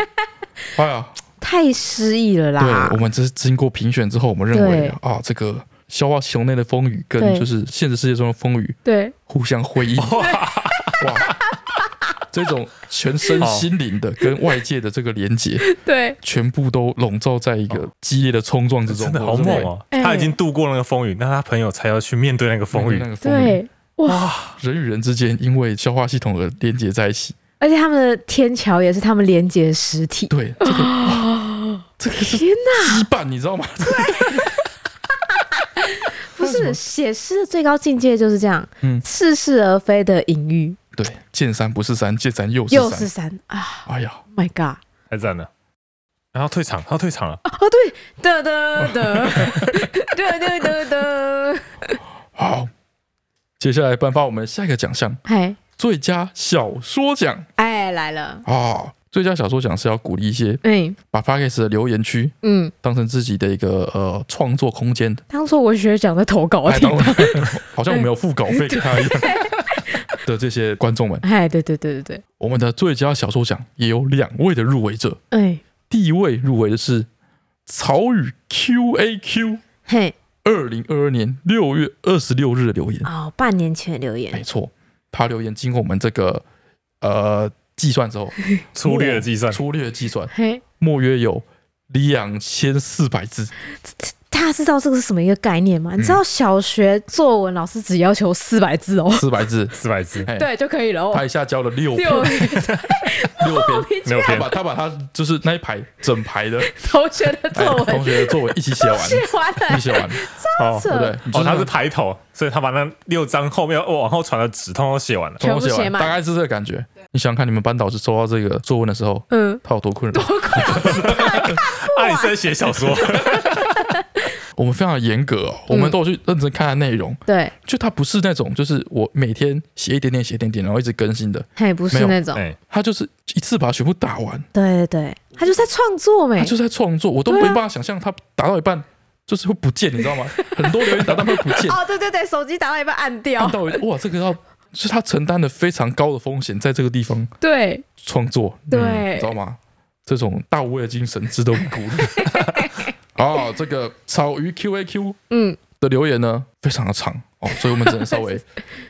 Speaker 2: 哎呀，
Speaker 1: 太失意了
Speaker 2: 对
Speaker 1: 啦
Speaker 2: 我！们这是经过评选之后，我们认为
Speaker 1: 对
Speaker 2: 啊，这个消化系统内的风雨跟
Speaker 1: 对
Speaker 2: 就是现实世界中的风雨
Speaker 1: 对
Speaker 2: 互相 辉映。哇，这种全身心灵的跟外界的这个连接，
Speaker 1: 对，
Speaker 2: 全部都笼罩在一个激烈的冲撞之中，
Speaker 3: 哦 真的好
Speaker 2: 我认为
Speaker 3: 猛！哦！
Speaker 1: 哎
Speaker 3: 他已经度过那个风雨，那他朋友才要去面对那个风
Speaker 2: 风雨
Speaker 3: 雨
Speaker 2: 那。个风雨，
Speaker 1: 对，哇！
Speaker 2: 人与人之间因为消化系统而连接在一起。
Speaker 1: 而且他们的天桥也是他们连接的实体。
Speaker 2: 对，这个 哇这个是
Speaker 1: 天哪，
Speaker 2: 羁绊，你知道吗？
Speaker 1: 不是写诗的最高境界就是这样，
Speaker 2: 嗯
Speaker 1: 似是而非的隐喻，
Speaker 2: 对，见山不是山，见山又是
Speaker 1: 又
Speaker 2: 山。
Speaker 1: 是山啊
Speaker 2: 哎呀，
Speaker 1: ！Oh my god！
Speaker 3: 太赞了！然后退场，他退场了，
Speaker 1: 哦，对，得得得， 得得得得，
Speaker 2: 好，接下来颁发我们下一个奖项
Speaker 1: 嘿，
Speaker 2: ——最佳小说奖
Speaker 1: 哎，来了，
Speaker 2: 啊！最佳小说奖是要鼓励一些
Speaker 1: 嗯
Speaker 2: 把 p a c k e s 的留言区
Speaker 1: 嗯。
Speaker 2: 当成自己的一个呃创作空间的，
Speaker 1: 当初文学奖在投稿的
Speaker 2: 哎
Speaker 1: 地
Speaker 2: 当
Speaker 1: 方，
Speaker 2: 好像我们有付稿 费给他一
Speaker 1: 啊
Speaker 2: 样的这些观众们，
Speaker 1: 哎，对对对对对，
Speaker 2: 我们的最佳小说奖也有两位的入围者，
Speaker 1: 哎
Speaker 2: 第一位入围的是曹宇 QAQ
Speaker 1: 嘿，
Speaker 2: 二零二二年六月二十六日的留言。
Speaker 1: 哦，半年前的留
Speaker 2: 没
Speaker 1: 言，
Speaker 2: 错，他留言经过我们这个呃计算之后，
Speaker 3: 粗略的计算，
Speaker 2: 粗略计算，
Speaker 1: 嘿，
Speaker 2: 莫约有两千四百字。
Speaker 1: 大家知道这个是什么一个概念吗？你知道小学作文老师只要求四百字哦，
Speaker 2: 四百字，
Speaker 3: 四百字，
Speaker 2: 哎，
Speaker 1: 对就可以了
Speaker 2: 他
Speaker 1: 哦，
Speaker 2: 一下交了六篇，
Speaker 1: 六
Speaker 2: 六篇，
Speaker 3: 没有
Speaker 2: 他
Speaker 3: 偏
Speaker 2: 把他把他就是那一排整排的
Speaker 1: 同学的
Speaker 2: 哎
Speaker 1: 作
Speaker 2: 同
Speaker 1: 文
Speaker 2: 学的作文一起 写完，
Speaker 1: 写完
Speaker 2: 一
Speaker 1: 了
Speaker 2: 起，写完，对
Speaker 3: 哦
Speaker 1: 扯
Speaker 2: 不对？你就
Speaker 3: 哦，他是排头，所以他把那六张后面往后传的纸通通写完了。
Speaker 2: 全部
Speaker 1: 全部
Speaker 2: 写
Speaker 1: 写
Speaker 2: 完，
Speaker 1: 满
Speaker 2: 大概是这个感觉。你想想看，你们班导师收到这个作文的时候，
Speaker 1: 嗯，
Speaker 2: 他有多困扰？
Speaker 3: 啊，你是在写小说，
Speaker 2: 我们非常严格哦，
Speaker 1: 嗯
Speaker 2: 我们都有去认真看他内容，
Speaker 1: 对，
Speaker 2: 就他不是那种就是我每天写一点点写一点点，然后一直更新的，
Speaker 1: 嘿，不
Speaker 2: 没
Speaker 1: 是
Speaker 2: 有
Speaker 1: 那种，
Speaker 3: 哎，
Speaker 2: 他就是一次把它全部打完，
Speaker 1: 对对对，他就在创作
Speaker 2: 他
Speaker 1: 没，
Speaker 2: 就是在创作，我都没
Speaker 1: 对啊
Speaker 2: 办法想象他打到一半就是会不见，你知道吗？很多留言打到一半会不见，
Speaker 1: 哦，对对对，手机打到一半按掉
Speaker 2: 看，到哇，这个要是他承担了非常高的风险，在这个地方
Speaker 1: 对
Speaker 2: 创作，嗯
Speaker 1: 对
Speaker 2: 你知道吗？这种大无畏的精神值得我们鼓励。哦，这个草鱼 Q A Q
Speaker 1: 嗯，
Speaker 2: 的留言呢非常的长哦，所以我们只能 稍微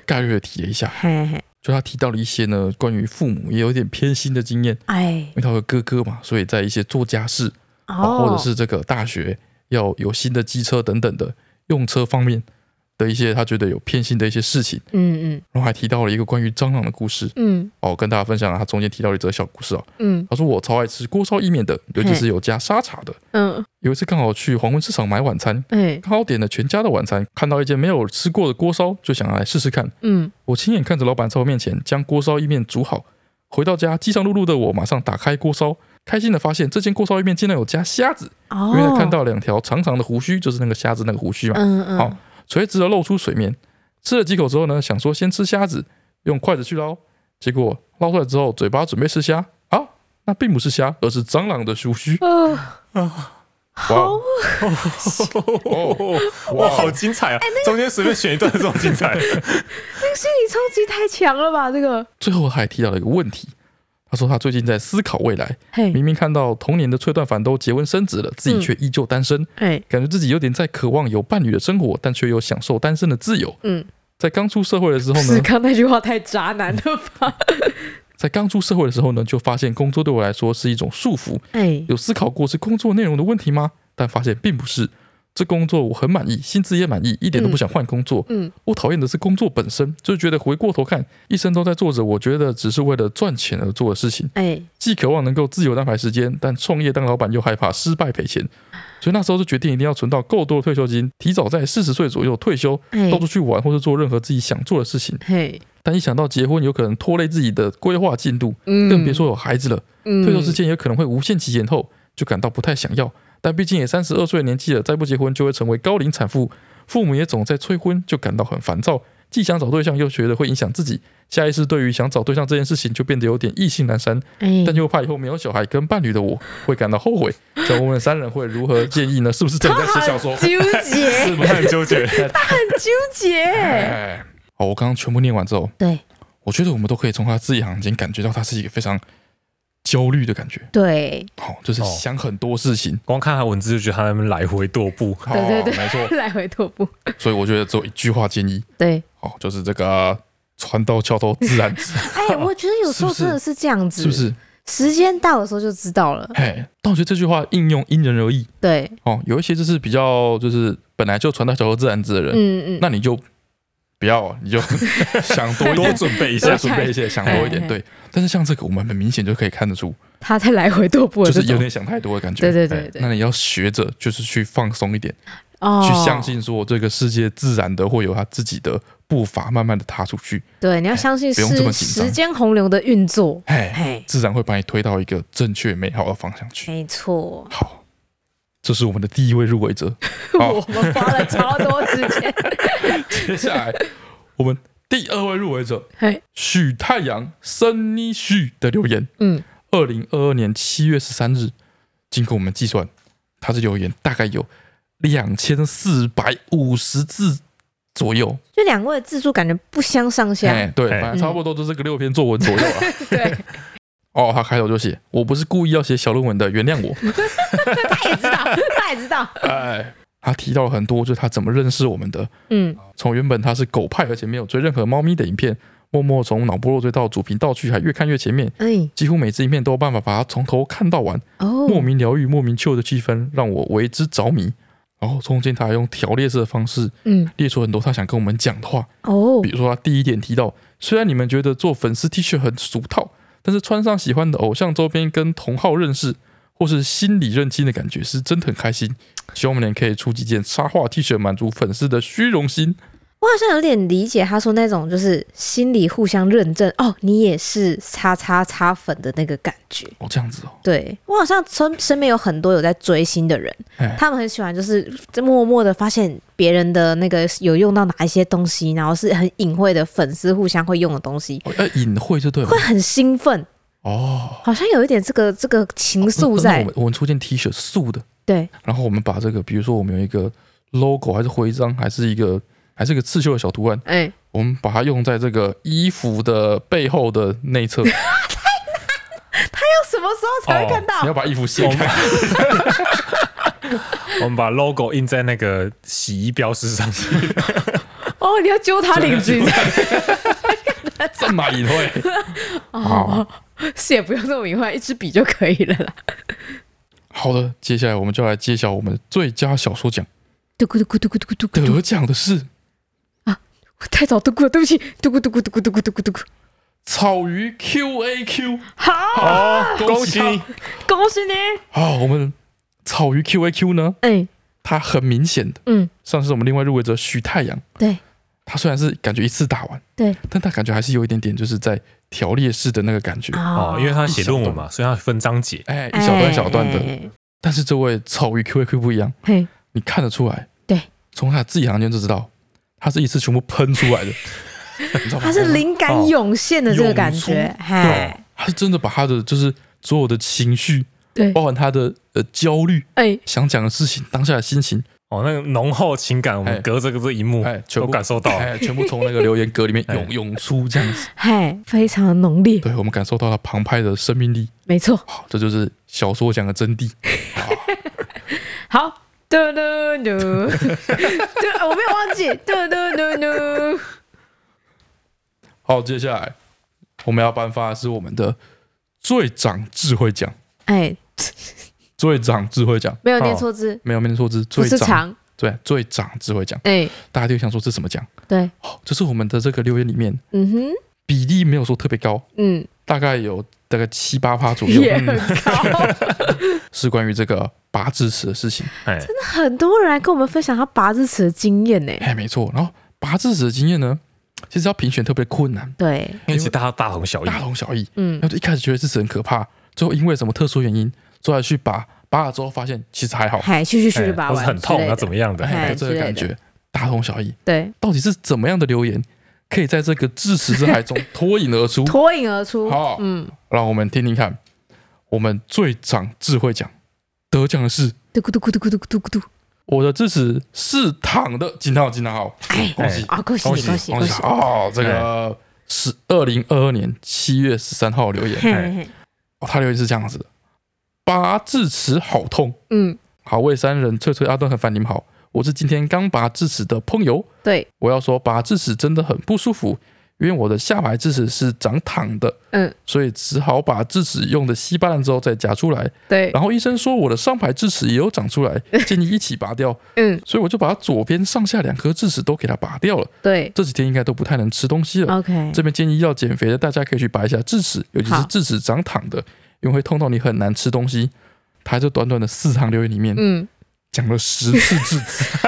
Speaker 2: 概略地提了一下。
Speaker 1: 嘿嘿，
Speaker 2: 就他提到了一些呢关于父母也有点偏心的经验，
Speaker 1: 哎
Speaker 2: 因，为他有哥哥嘛，所以在一些做家事
Speaker 1: 哦，
Speaker 2: 或者是这个大学要有新的机车等等的用车方面的一些他觉得有偏心的一些事情。
Speaker 1: 嗯
Speaker 2: 然后还提到了一个关于蟑螂的故事
Speaker 1: 嗯
Speaker 2: 哦，跟大家分享了他中间提到了一则小故事哦。
Speaker 1: 嗯
Speaker 2: 他说我超爱吃锅烧意面的，尤其是有加沙茶的。
Speaker 1: 嗯嗯，
Speaker 2: 有一次刚好去黄昏市场买晚餐，
Speaker 1: 哎，
Speaker 2: 刚好点了全家的晚餐，看到一间没有吃过的锅烧，就想要来试试看。
Speaker 1: 嗯
Speaker 2: 我亲眼看着老板在我面前将锅烧意面煮好，回到家饥肠辘辘的我马上打开锅烧，开心的发现这间锅烧意面竟然有加虾子，
Speaker 1: 哦
Speaker 2: 因，为他看，到两条长长的胡须，就是那个虾子那个胡须嘛，
Speaker 1: 嗯嗯，
Speaker 2: 好垂直的露出水面。吃了几口之后呢，想说先吃虾子，用筷子去捞，结果捞出来之后，嘴巴准备吃虾啊，那并不是虾，而是蟑螂的胡须。
Speaker 1: 呃，
Speaker 2: 哇
Speaker 1: 好
Speaker 2: 哦，哦
Speaker 3: 哇，好精彩啊！中间随便选一段这种精彩，
Speaker 1: 那个心理冲击太强了吧？这个，
Speaker 2: 最后还提到了一个问题，他说他最近在思考未来，
Speaker 1: 嘿，
Speaker 2: 明明看到童年的崔断凡都结婚生子了，自己却依旧单身，
Speaker 1: 哎，
Speaker 2: 感觉自己有点在渴望有伴侣的生活，但却又享受单身的自由。
Speaker 1: 嗯，
Speaker 2: 在刚出社会的时候
Speaker 1: 是
Speaker 2: 呢，
Speaker 1: 刚那句话太渣男了吧？
Speaker 2: 在刚出社会的时候呢，就发现工作对我来说是一种束缚。
Speaker 1: 哎，
Speaker 2: 有思考过是工作内容的问题吗？但发现并不是。这工作我很满意，薪资也满意，一点都不想换工作。
Speaker 1: 嗯
Speaker 2: 我讨厌的是工作本身，就觉得回过头看，一生都在做着我觉得只是为了赚钱而做的事情。
Speaker 1: 哎，
Speaker 2: 既渴望能够自由安排时间，但创业当老板又害怕失败赔钱，所以那时候就决定一定要存到够多的退休金，提早在四十岁左右退休，
Speaker 1: 哎
Speaker 2: 到处去玩或是做任何自己想做的事情。
Speaker 1: 嘿，
Speaker 2: 但一想到结婚有可能拖累自己的规划进度，
Speaker 1: 嗯，
Speaker 2: 更别说有孩子了，
Speaker 1: 嗯
Speaker 2: 退休之，间也可能会无限期延后，就感到不太想要。但毕竟也三十二岁的年纪了，再不结婚就会成为高龄产妇，父母也总在催婚，就感到很烦躁。既想找对象，又觉得会影响自己，下意识对于想找对象这件事情就变得有点意兴阑珊。
Speaker 1: 哎
Speaker 2: 但，又怕以后没有小孩跟伴侣的我会感到后悔。所以我们三人会如何建议呢？是不是真的在写小说？
Speaker 1: 纠结，
Speaker 2: 是不
Speaker 3: 我很
Speaker 2: 是？
Speaker 3: 纠结。
Speaker 1: 纠 结，
Speaker 2: 哎，好，我刚刚全部念完之后，
Speaker 1: 对
Speaker 2: 我觉得我们都可以从他字里行间感觉到他是一个非常焦虑的感觉。
Speaker 1: 对，
Speaker 2: 好、就是
Speaker 3: 哦
Speaker 2: 想很多事情。
Speaker 3: 光看他文字就觉得他在那边来回踱步，
Speaker 2: 好、
Speaker 1: 对对对
Speaker 2: 没错。
Speaker 1: 来回踱步，
Speaker 2: 所以我觉得只有一句话建议，
Speaker 1: 对，
Speaker 2: 哦，就是这个船到桥头自然 直，
Speaker 1: 哎，我觉得有时候真的是这样子，
Speaker 2: 是不？是？
Speaker 1: 时间到的时候就知道了，
Speaker 2: 嘿，但我觉得这句话应用因人而异。
Speaker 1: 对，
Speaker 2: 哦，有一些就是比较就是本来就船到桥头自然直的人，
Speaker 1: 嗯嗯，
Speaker 2: 那你就不要，啊你就想多一
Speaker 3: 多
Speaker 2: 点，
Speaker 3: 准备一
Speaker 2: 多
Speaker 3: 下。
Speaker 2: 准备一些，想多 一点。
Speaker 1: 哎
Speaker 2: 对，但是像这个，我们很明显就可以看得出，
Speaker 1: 他在来回踱步的这
Speaker 2: 就是有
Speaker 1: 种，
Speaker 2: 点想太多的感觉。
Speaker 1: 对对对对，
Speaker 2: 那你要学着，就是去放松一点，
Speaker 1: 哦，
Speaker 2: 去相，信说这个世界自然的会有它自己的步伐，慢慢的踏出去，
Speaker 1: 对，你要相信
Speaker 2: 哎不用这么
Speaker 1: 是
Speaker 2: 紧张
Speaker 1: 时间洪流的运作，
Speaker 2: 哎，
Speaker 1: 嘿，
Speaker 2: 自然会把你推到一个正确美好的方向去。
Speaker 1: 没错，
Speaker 2: 好，这是我们的第一位入围者。
Speaker 1: 我
Speaker 2: 好，
Speaker 1: 们花了超多时 间，
Speaker 2: 接下来我们第二位入围者
Speaker 1: 嘿，
Speaker 2: 许太阳森妮许的留言。
Speaker 1: 嗯，
Speaker 2: 二零二二年七月十三日，经过我们计算，他的留言大概有两千四百五十字左右。
Speaker 1: 就两位的字数感觉不相上下，
Speaker 2: 哎，对，
Speaker 3: 哎
Speaker 2: 反正差不多就是个六篇作文左右啊。
Speaker 1: 对，
Speaker 2: 哦，他开头就写：“我不是故意要写小论文的，原谅我。
Speaker 1: 他也知 道，他也知道，”
Speaker 2: 哎，他提到了很多，就是他怎么认识我们的。
Speaker 1: 嗯，
Speaker 2: 从原本他是狗派，而且没有追任何猫咪的影片，默默从脑波弱追到主频道去，还越看越前面。
Speaker 1: 哎，
Speaker 2: 几乎每支影片都有办法把它从头看到完，
Speaker 1: 哦，
Speaker 2: 莫名疗愈、莫名旧的气氛让我为之着迷。然后中间他还用条列式的方式
Speaker 1: 嗯，
Speaker 2: 列出很多他想跟我们讲的话，
Speaker 1: 哦
Speaker 2: 比，如说他第一点提到，虽然你们觉得做粉丝 T 恤很俗套，但是穿上喜欢的偶像周边跟同好认识，或是心理认亲的感觉是真的很开心。希望我们也可以出几件插画 T 恤，满足粉丝的虚荣心。
Speaker 1: 我好像有点理解他说那种就是心里互相认证，哦，你也是叉叉叉粉的那个感觉。
Speaker 2: 哦，这样子哦，
Speaker 1: 对我好像身身边有很多有在追星的人
Speaker 2: 哎，
Speaker 1: 他们很喜欢就是默默的发现别人的那个有用到哪一些东西，然后是很隐晦的粉丝互相会用的东西，
Speaker 2: 哦要隐晦就对了
Speaker 1: 会。很兴奋，
Speaker 2: 哦，
Speaker 1: 好像有一点这个这个情
Speaker 2: 那
Speaker 1: 愫
Speaker 2: 那
Speaker 1: 在
Speaker 2: 我。们我们出件 T 恤是素的，
Speaker 1: 对，
Speaker 2: 然后我们把这个，比如说我们有一个 logo，还是徽章，还是一个还是一个刺绣的小图案，
Speaker 1: 哎、
Speaker 2: 我们把它用在这个衣服的背后的内 侧。你哦
Speaker 1: 到什么时候才会看到？
Speaker 2: 要把衣服卸开，
Speaker 3: 我们把 logo 印在那个洗衣标识上去，
Speaker 1: 哦，你要揪他领子，
Speaker 2: 这么 隐晦。
Speaker 1: 哦，是也不用那么明白，一支笔就可以了啦。
Speaker 2: 好的，接下来我们就来揭晓我们最佳小说奖
Speaker 1: 嘟咕嘟咕嘟咕嘟咕嘟咕嘟，
Speaker 2: 得奖的是《
Speaker 1: 我太早嘟咕了，对不起，嘟咕嘟咕嘟咕嘟咕嘟咕嘟咕。
Speaker 2: 草鱼 Q A Q》
Speaker 1: 好，
Speaker 3: 哦，
Speaker 2: 恭
Speaker 3: 恭
Speaker 2: 喜
Speaker 3: 喜！
Speaker 1: 恭喜你。
Speaker 2: 啊，我们草鱼 Q A Q 呢，
Speaker 1: 哎，
Speaker 2: 它很明显的，
Speaker 1: 嗯，
Speaker 2: 上次我们另外入围者许太阳，
Speaker 1: 对
Speaker 2: 他虽然是感觉一次打完，
Speaker 1: 对
Speaker 2: 但他感觉还是有一点点就是在条列式的那个感觉，
Speaker 1: 哦
Speaker 3: 哦，因为他写论文嘛，所以他分章节。
Speaker 2: 哎，一小段一小段的。
Speaker 1: 的，
Speaker 2: 但是这位草鱼 Q A Q 不一样，
Speaker 1: 嘿，
Speaker 2: 你看得出来，
Speaker 1: 对，
Speaker 2: 从他自己行间就知道，他是一次全部喷 出来的，你知道吗？
Speaker 1: 他是灵感涌现的这个感觉
Speaker 2: 涌，
Speaker 1: 嘿，
Speaker 2: 他是真的把他的就是所有的情绪，
Speaker 1: 对
Speaker 2: 包含他的呃焦虑、
Speaker 1: 哎，
Speaker 2: 想讲的事情、当下的心情，
Speaker 3: 哦，那个浓厚情感，我
Speaker 2: 哎
Speaker 3: 们隔着这一幕
Speaker 2: 哎，全
Speaker 3: 都
Speaker 2: 部
Speaker 3: 感受到。
Speaker 2: 哎，全部从那个留言格里面
Speaker 3: 哎
Speaker 2: 涌涌出这样子，
Speaker 1: 嘿，非常的浓烈，
Speaker 2: 对我们感受到了澎湃的生命力，
Speaker 1: 没错。
Speaker 2: 好，这就是小说奖的真谛。
Speaker 1: 好，嘟嘟 嘟，对，我没有忘记，嘟嘟嘟嘟，
Speaker 2: 好，接下来我们要颁发的是我们的最长智慧奖，
Speaker 1: 哎，
Speaker 2: 最长智慧奖，
Speaker 1: 没有念错字，
Speaker 2: 没有没有错字，
Speaker 1: 不
Speaker 2: 最
Speaker 1: 是
Speaker 2: 长
Speaker 1: 长，
Speaker 2: 对最长智慧奖，
Speaker 1: 哎，
Speaker 2: 大家就想说这是什么奖？
Speaker 1: 对，
Speaker 2: 哦，这是我们的这个留言里面
Speaker 1: 嗯哼，
Speaker 2: 比例没有说特别高，
Speaker 1: 嗯，
Speaker 2: 大概有大概七八趴 左右，
Speaker 1: 也
Speaker 2: 嗯
Speaker 1: 很高。
Speaker 2: 是关于这个拔智齿的事情。
Speaker 3: 哎，
Speaker 1: 很多人来跟我们分享他拔智齿的经验呢，
Speaker 2: 哎，没错。然后拔智齿的经验呢，其实要评选特别困难，
Speaker 1: 对，
Speaker 3: 因为其实大家大同小异。
Speaker 2: 大同小异。
Speaker 1: 嗯
Speaker 2: 然后，就一开始觉得智齿很可怕，最后因为什么特殊原因，最后来去拔，拔了之后发现其实还好，
Speaker 1: 嗨，去去去去
Speaker 3: 哎
Speaker 1: 拔
Speaker 3: 或是
Speaker 1: 完，
Speaker 3: 很痛，那怎么样的？
Speaker 1: 哎
Speaker 2: 就
Speaker 1: 之
Speaker 2: 这个
Speaker 1: 类
Speaker 2: 感
Speaker 1: 的
Speaker 2: 觉大同小异。
Speaker 1: 对，
Speaker 2: 到底是怎么样的留言可以在这个智齿之 海中脱颖而出？
Speaker 1: 脱颖而出，
Speaker 2: 好
Speaker 1: 嗯，
Speaker 2: 让我们听听看，我们最长智慧奖得奖的是
Speaker 1: 嘟咕嘟咕嘟咕嘟咕嘟咕嘟，
Speaker 2: 我的智齿是躺的，惊叹号惊叹号！
Speaker 1: 哎，
Speaker 2: 恭喜
Speaker 1: 啊，恭喜你，
Speaker 3: 恭
Speaker 1: 恭喜
Speaker 3: 喜
Speaker 2: 恭
Speaker 1: 恭
Speaker 2: 喜
Speaker 1: 喜，
Speaker 2: 哦！这个是二零二二年七月十三号留言，
Speaker 1: 嘿嘿嘿
Speaker 2: 哦，他留言是这样子的：拔智齿好痛，
Speaker 1: 嗯，
Speaker 2: 好魏山人翠翠阿段和凡你们好，我是今天刚拔智齿的朋友，
Speaker 1: 对，
Speaker 2: 我要说拔智齿真的很不舒服，因为我的下排智齿是长躺的，
Speaker 1: 嗯，
Speaker 2: 所以只好把智齿用的稀巴烂之后再夹出来，
Speaker 1: 对，
Speaker 2: 然后医生说我的上排智齿也有长出来，建议一起拔掉，
Speaker 1: 嗯，
Speaker 2: 所以我就把左边上下两颗智齿都给它拔掉了，
Speaker 1: 对
Speaker 2: 这几天应该都不太能吃东西了。
Speaker 1: ，OK，
Speaker 2: 这边建议要减肥的大家可以去拔一下智齿，尤其是
Speaker 1: 好
Speaker 2: 智齿长躺的，因为会痛到你很难吃东西。他这短短的四行留言里面、
Speaker 1: 嗯，
Speaker 2: 讲了十次智齿，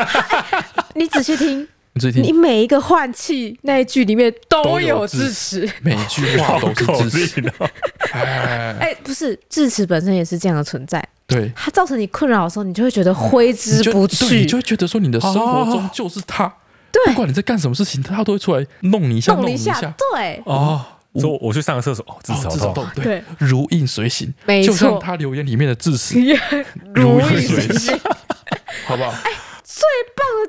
Speaker 1: 你仔细听，
Speaker 2: 你自己
Speaker 1: 你
Speaker 2: 听，
Speaker 1: 每一个换气那一句里面都
Speaker 2: 都有
Speaker 1: 有智
Speaker 2: 智
Speaker 1: 齿，
Speaker 2: 每一句话
Speaker 3: 好
Speaker 2: 都
Speaker 3: 口
Speaker 2: 是智齿。
Speaker 3: 令 哦！
Speaker 2: 哎，
Speaker 1: 哎，不是，智齿本身也是这样的存在，
Speaker 2: 对，
Speaker 1: 它造成你困扰的时候，你就会觉得挥
Speaker 2: 嗯你
Speaker 1: 之
Speaker 2: 就
Speaker 1: 不
Speaker 2: 对你
Speaker 1: 去
Speaker 2: 就，会觉得说你的生活中就是他，不
Speaker 1: 对，
Speaker 2: 管你在干什么事情，他都会出来弄你一下，
Speaker 1: 动了
Speaker 2: 弄你
Speaker 1: 一
Speaker 2: 一
Speaker 1: 下
Speaker 2: 下，，
Speaker 1: 对，
Speaker 3: 哦，所以我去上个厕所，哦，智
Speaker 2: 哦
Speaker 3: 齿
Speaker 2: 至少
Speaker 3: 好痛。
Speaker 2: 动，对，
Speaker 1: 对，
Speaker 2: 如影随形，
Speaker 1: 没
Speaker 2: 就像
Speaker 1: 错，
Speaker 2: 他留言里面的 智齿，
Speaker 1: 如
Speaker 2: 影
Speaker 1: 影
Speaker 2: 随
Speaker 1: 随
Speaker 2: 形
Speaker 1: 形。
Speaker 2: 好不好？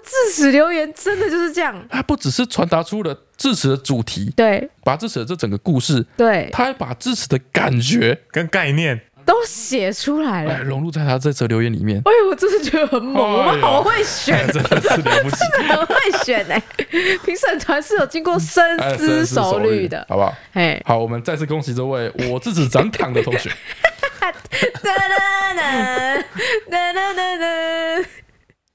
Speaker 1: 智齿留言真的就是这样，
Speaker 2: 他不只是传达出了智齿的主题，
Speaker 1: 对
Speaker 2: 把智齿的这整个故事，
Speaker 1: 对，
Speaker 2: 他还把智齿的感觉
Speaker 3: 跟概念，
Speaker 1: 都写出来
Speaker 2: 哎，
Speaker 1: 了。
Speaker 2: 融入在他这则留言里 面，
Speaker 1: 哎呦，我真的觉得很猛，我
Speaker 2: 哎
Speaker 1: 们
Speaker 2: 呦
Speaker 1: 好会选，
Speaker 2: 真的 是了不起，
Speaker 1: 很会选哎、 评审团是有经过深
Speaker 2: 哎
Speaker 1: 思
Speaker 2: 深思
Speaker 1: 熟
Speaker 2: 熟
Speaker 1: 虑的，
Speaker 2: 好不好？
Speaker 1: 哎，
Speaker 2: 好，我们再次恭喜这位我自己长躺的同学，
Speaker 1: 哒哒哒哒哒哒哒，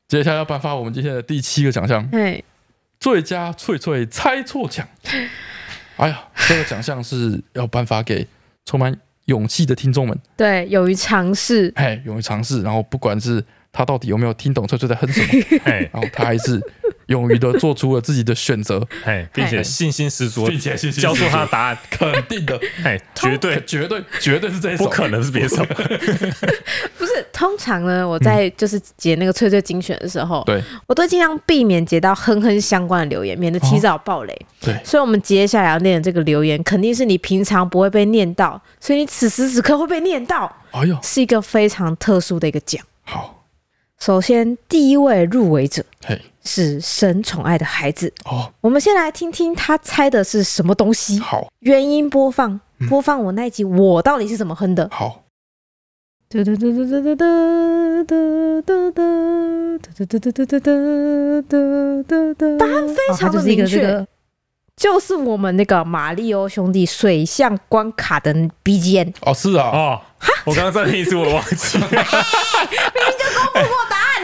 Speaker 2: 接下来要颁发我们今天的第七个奖项
Speaker 1: 哎，
Speaker 2: ——最佳翠翠猜错奖。 哎呀，这个奖项是要颁发给充满勇气的听众们，
Speaker 1: 对，勇于尝试，
Speaker 2: 哎，勇于尝试，然后不管是他到底有没有听懂翠翠在哼 什么，
Speaker 3: 哎
Speaker 2: 然后他还是勇于的做出了自己的选 择，
Speaker 3: 哎，并且信心十足，
Speaker 2: 且信
Speaker 3: 交出他的答案，
Speaker 2: 肯定的，
Speaker 3: 哎，绝对
Speaker 2: 绝对绝对是这一首，
Speaker 3: 不可能是别首。
Speaker 1: 不是，通常呢，我在就是解那个翠翠精选的时候，
Speaker 2: 对
Speaker 1: 我都尽量避免解到哼哼相关的留言，免得提早爆雷。
Speaker 2: 对。
Speaker 1: 所以，我们接下来要念的这个留言，肯定是你平常不会被念到，所以你此时此刻会被念到，
Speaker 2: 哎呦，
Speaker 1: 是一个非常特殊的一个奖。
Speaker 2: 好，
Speaker 1: 首先，第一位入围者
Speaker 2: 嘿，
Speaker 1: 是神宠爱的孩子，
Speaker 2: 哦，
Speaker 1: 我们先来听听他猜的是什么东西。
Speaker 2: 好，嗯
Speaker 1: 原音播放，播放我那一集我到底是怎么哼的？
Speaker 2: 好，
Speaker 1: 哒哒哒哒哒哒哒哒哒哒哒哒哒哒哒哒哒。答案非
Speaker 4: 非
Speaker 1: 常的
Speaker 4: 就是一
Speaker 1: 明
Speaker 4: 个这
Speaker 1: 确，
Speaker 4: 个
Speaker 1: 就是我们那个马里奥兄弟水象关卡的 BGM。
Speaker 2: 哦，是啊，
Speaker 3: 哦，我刚刚再念一次，我忘记了。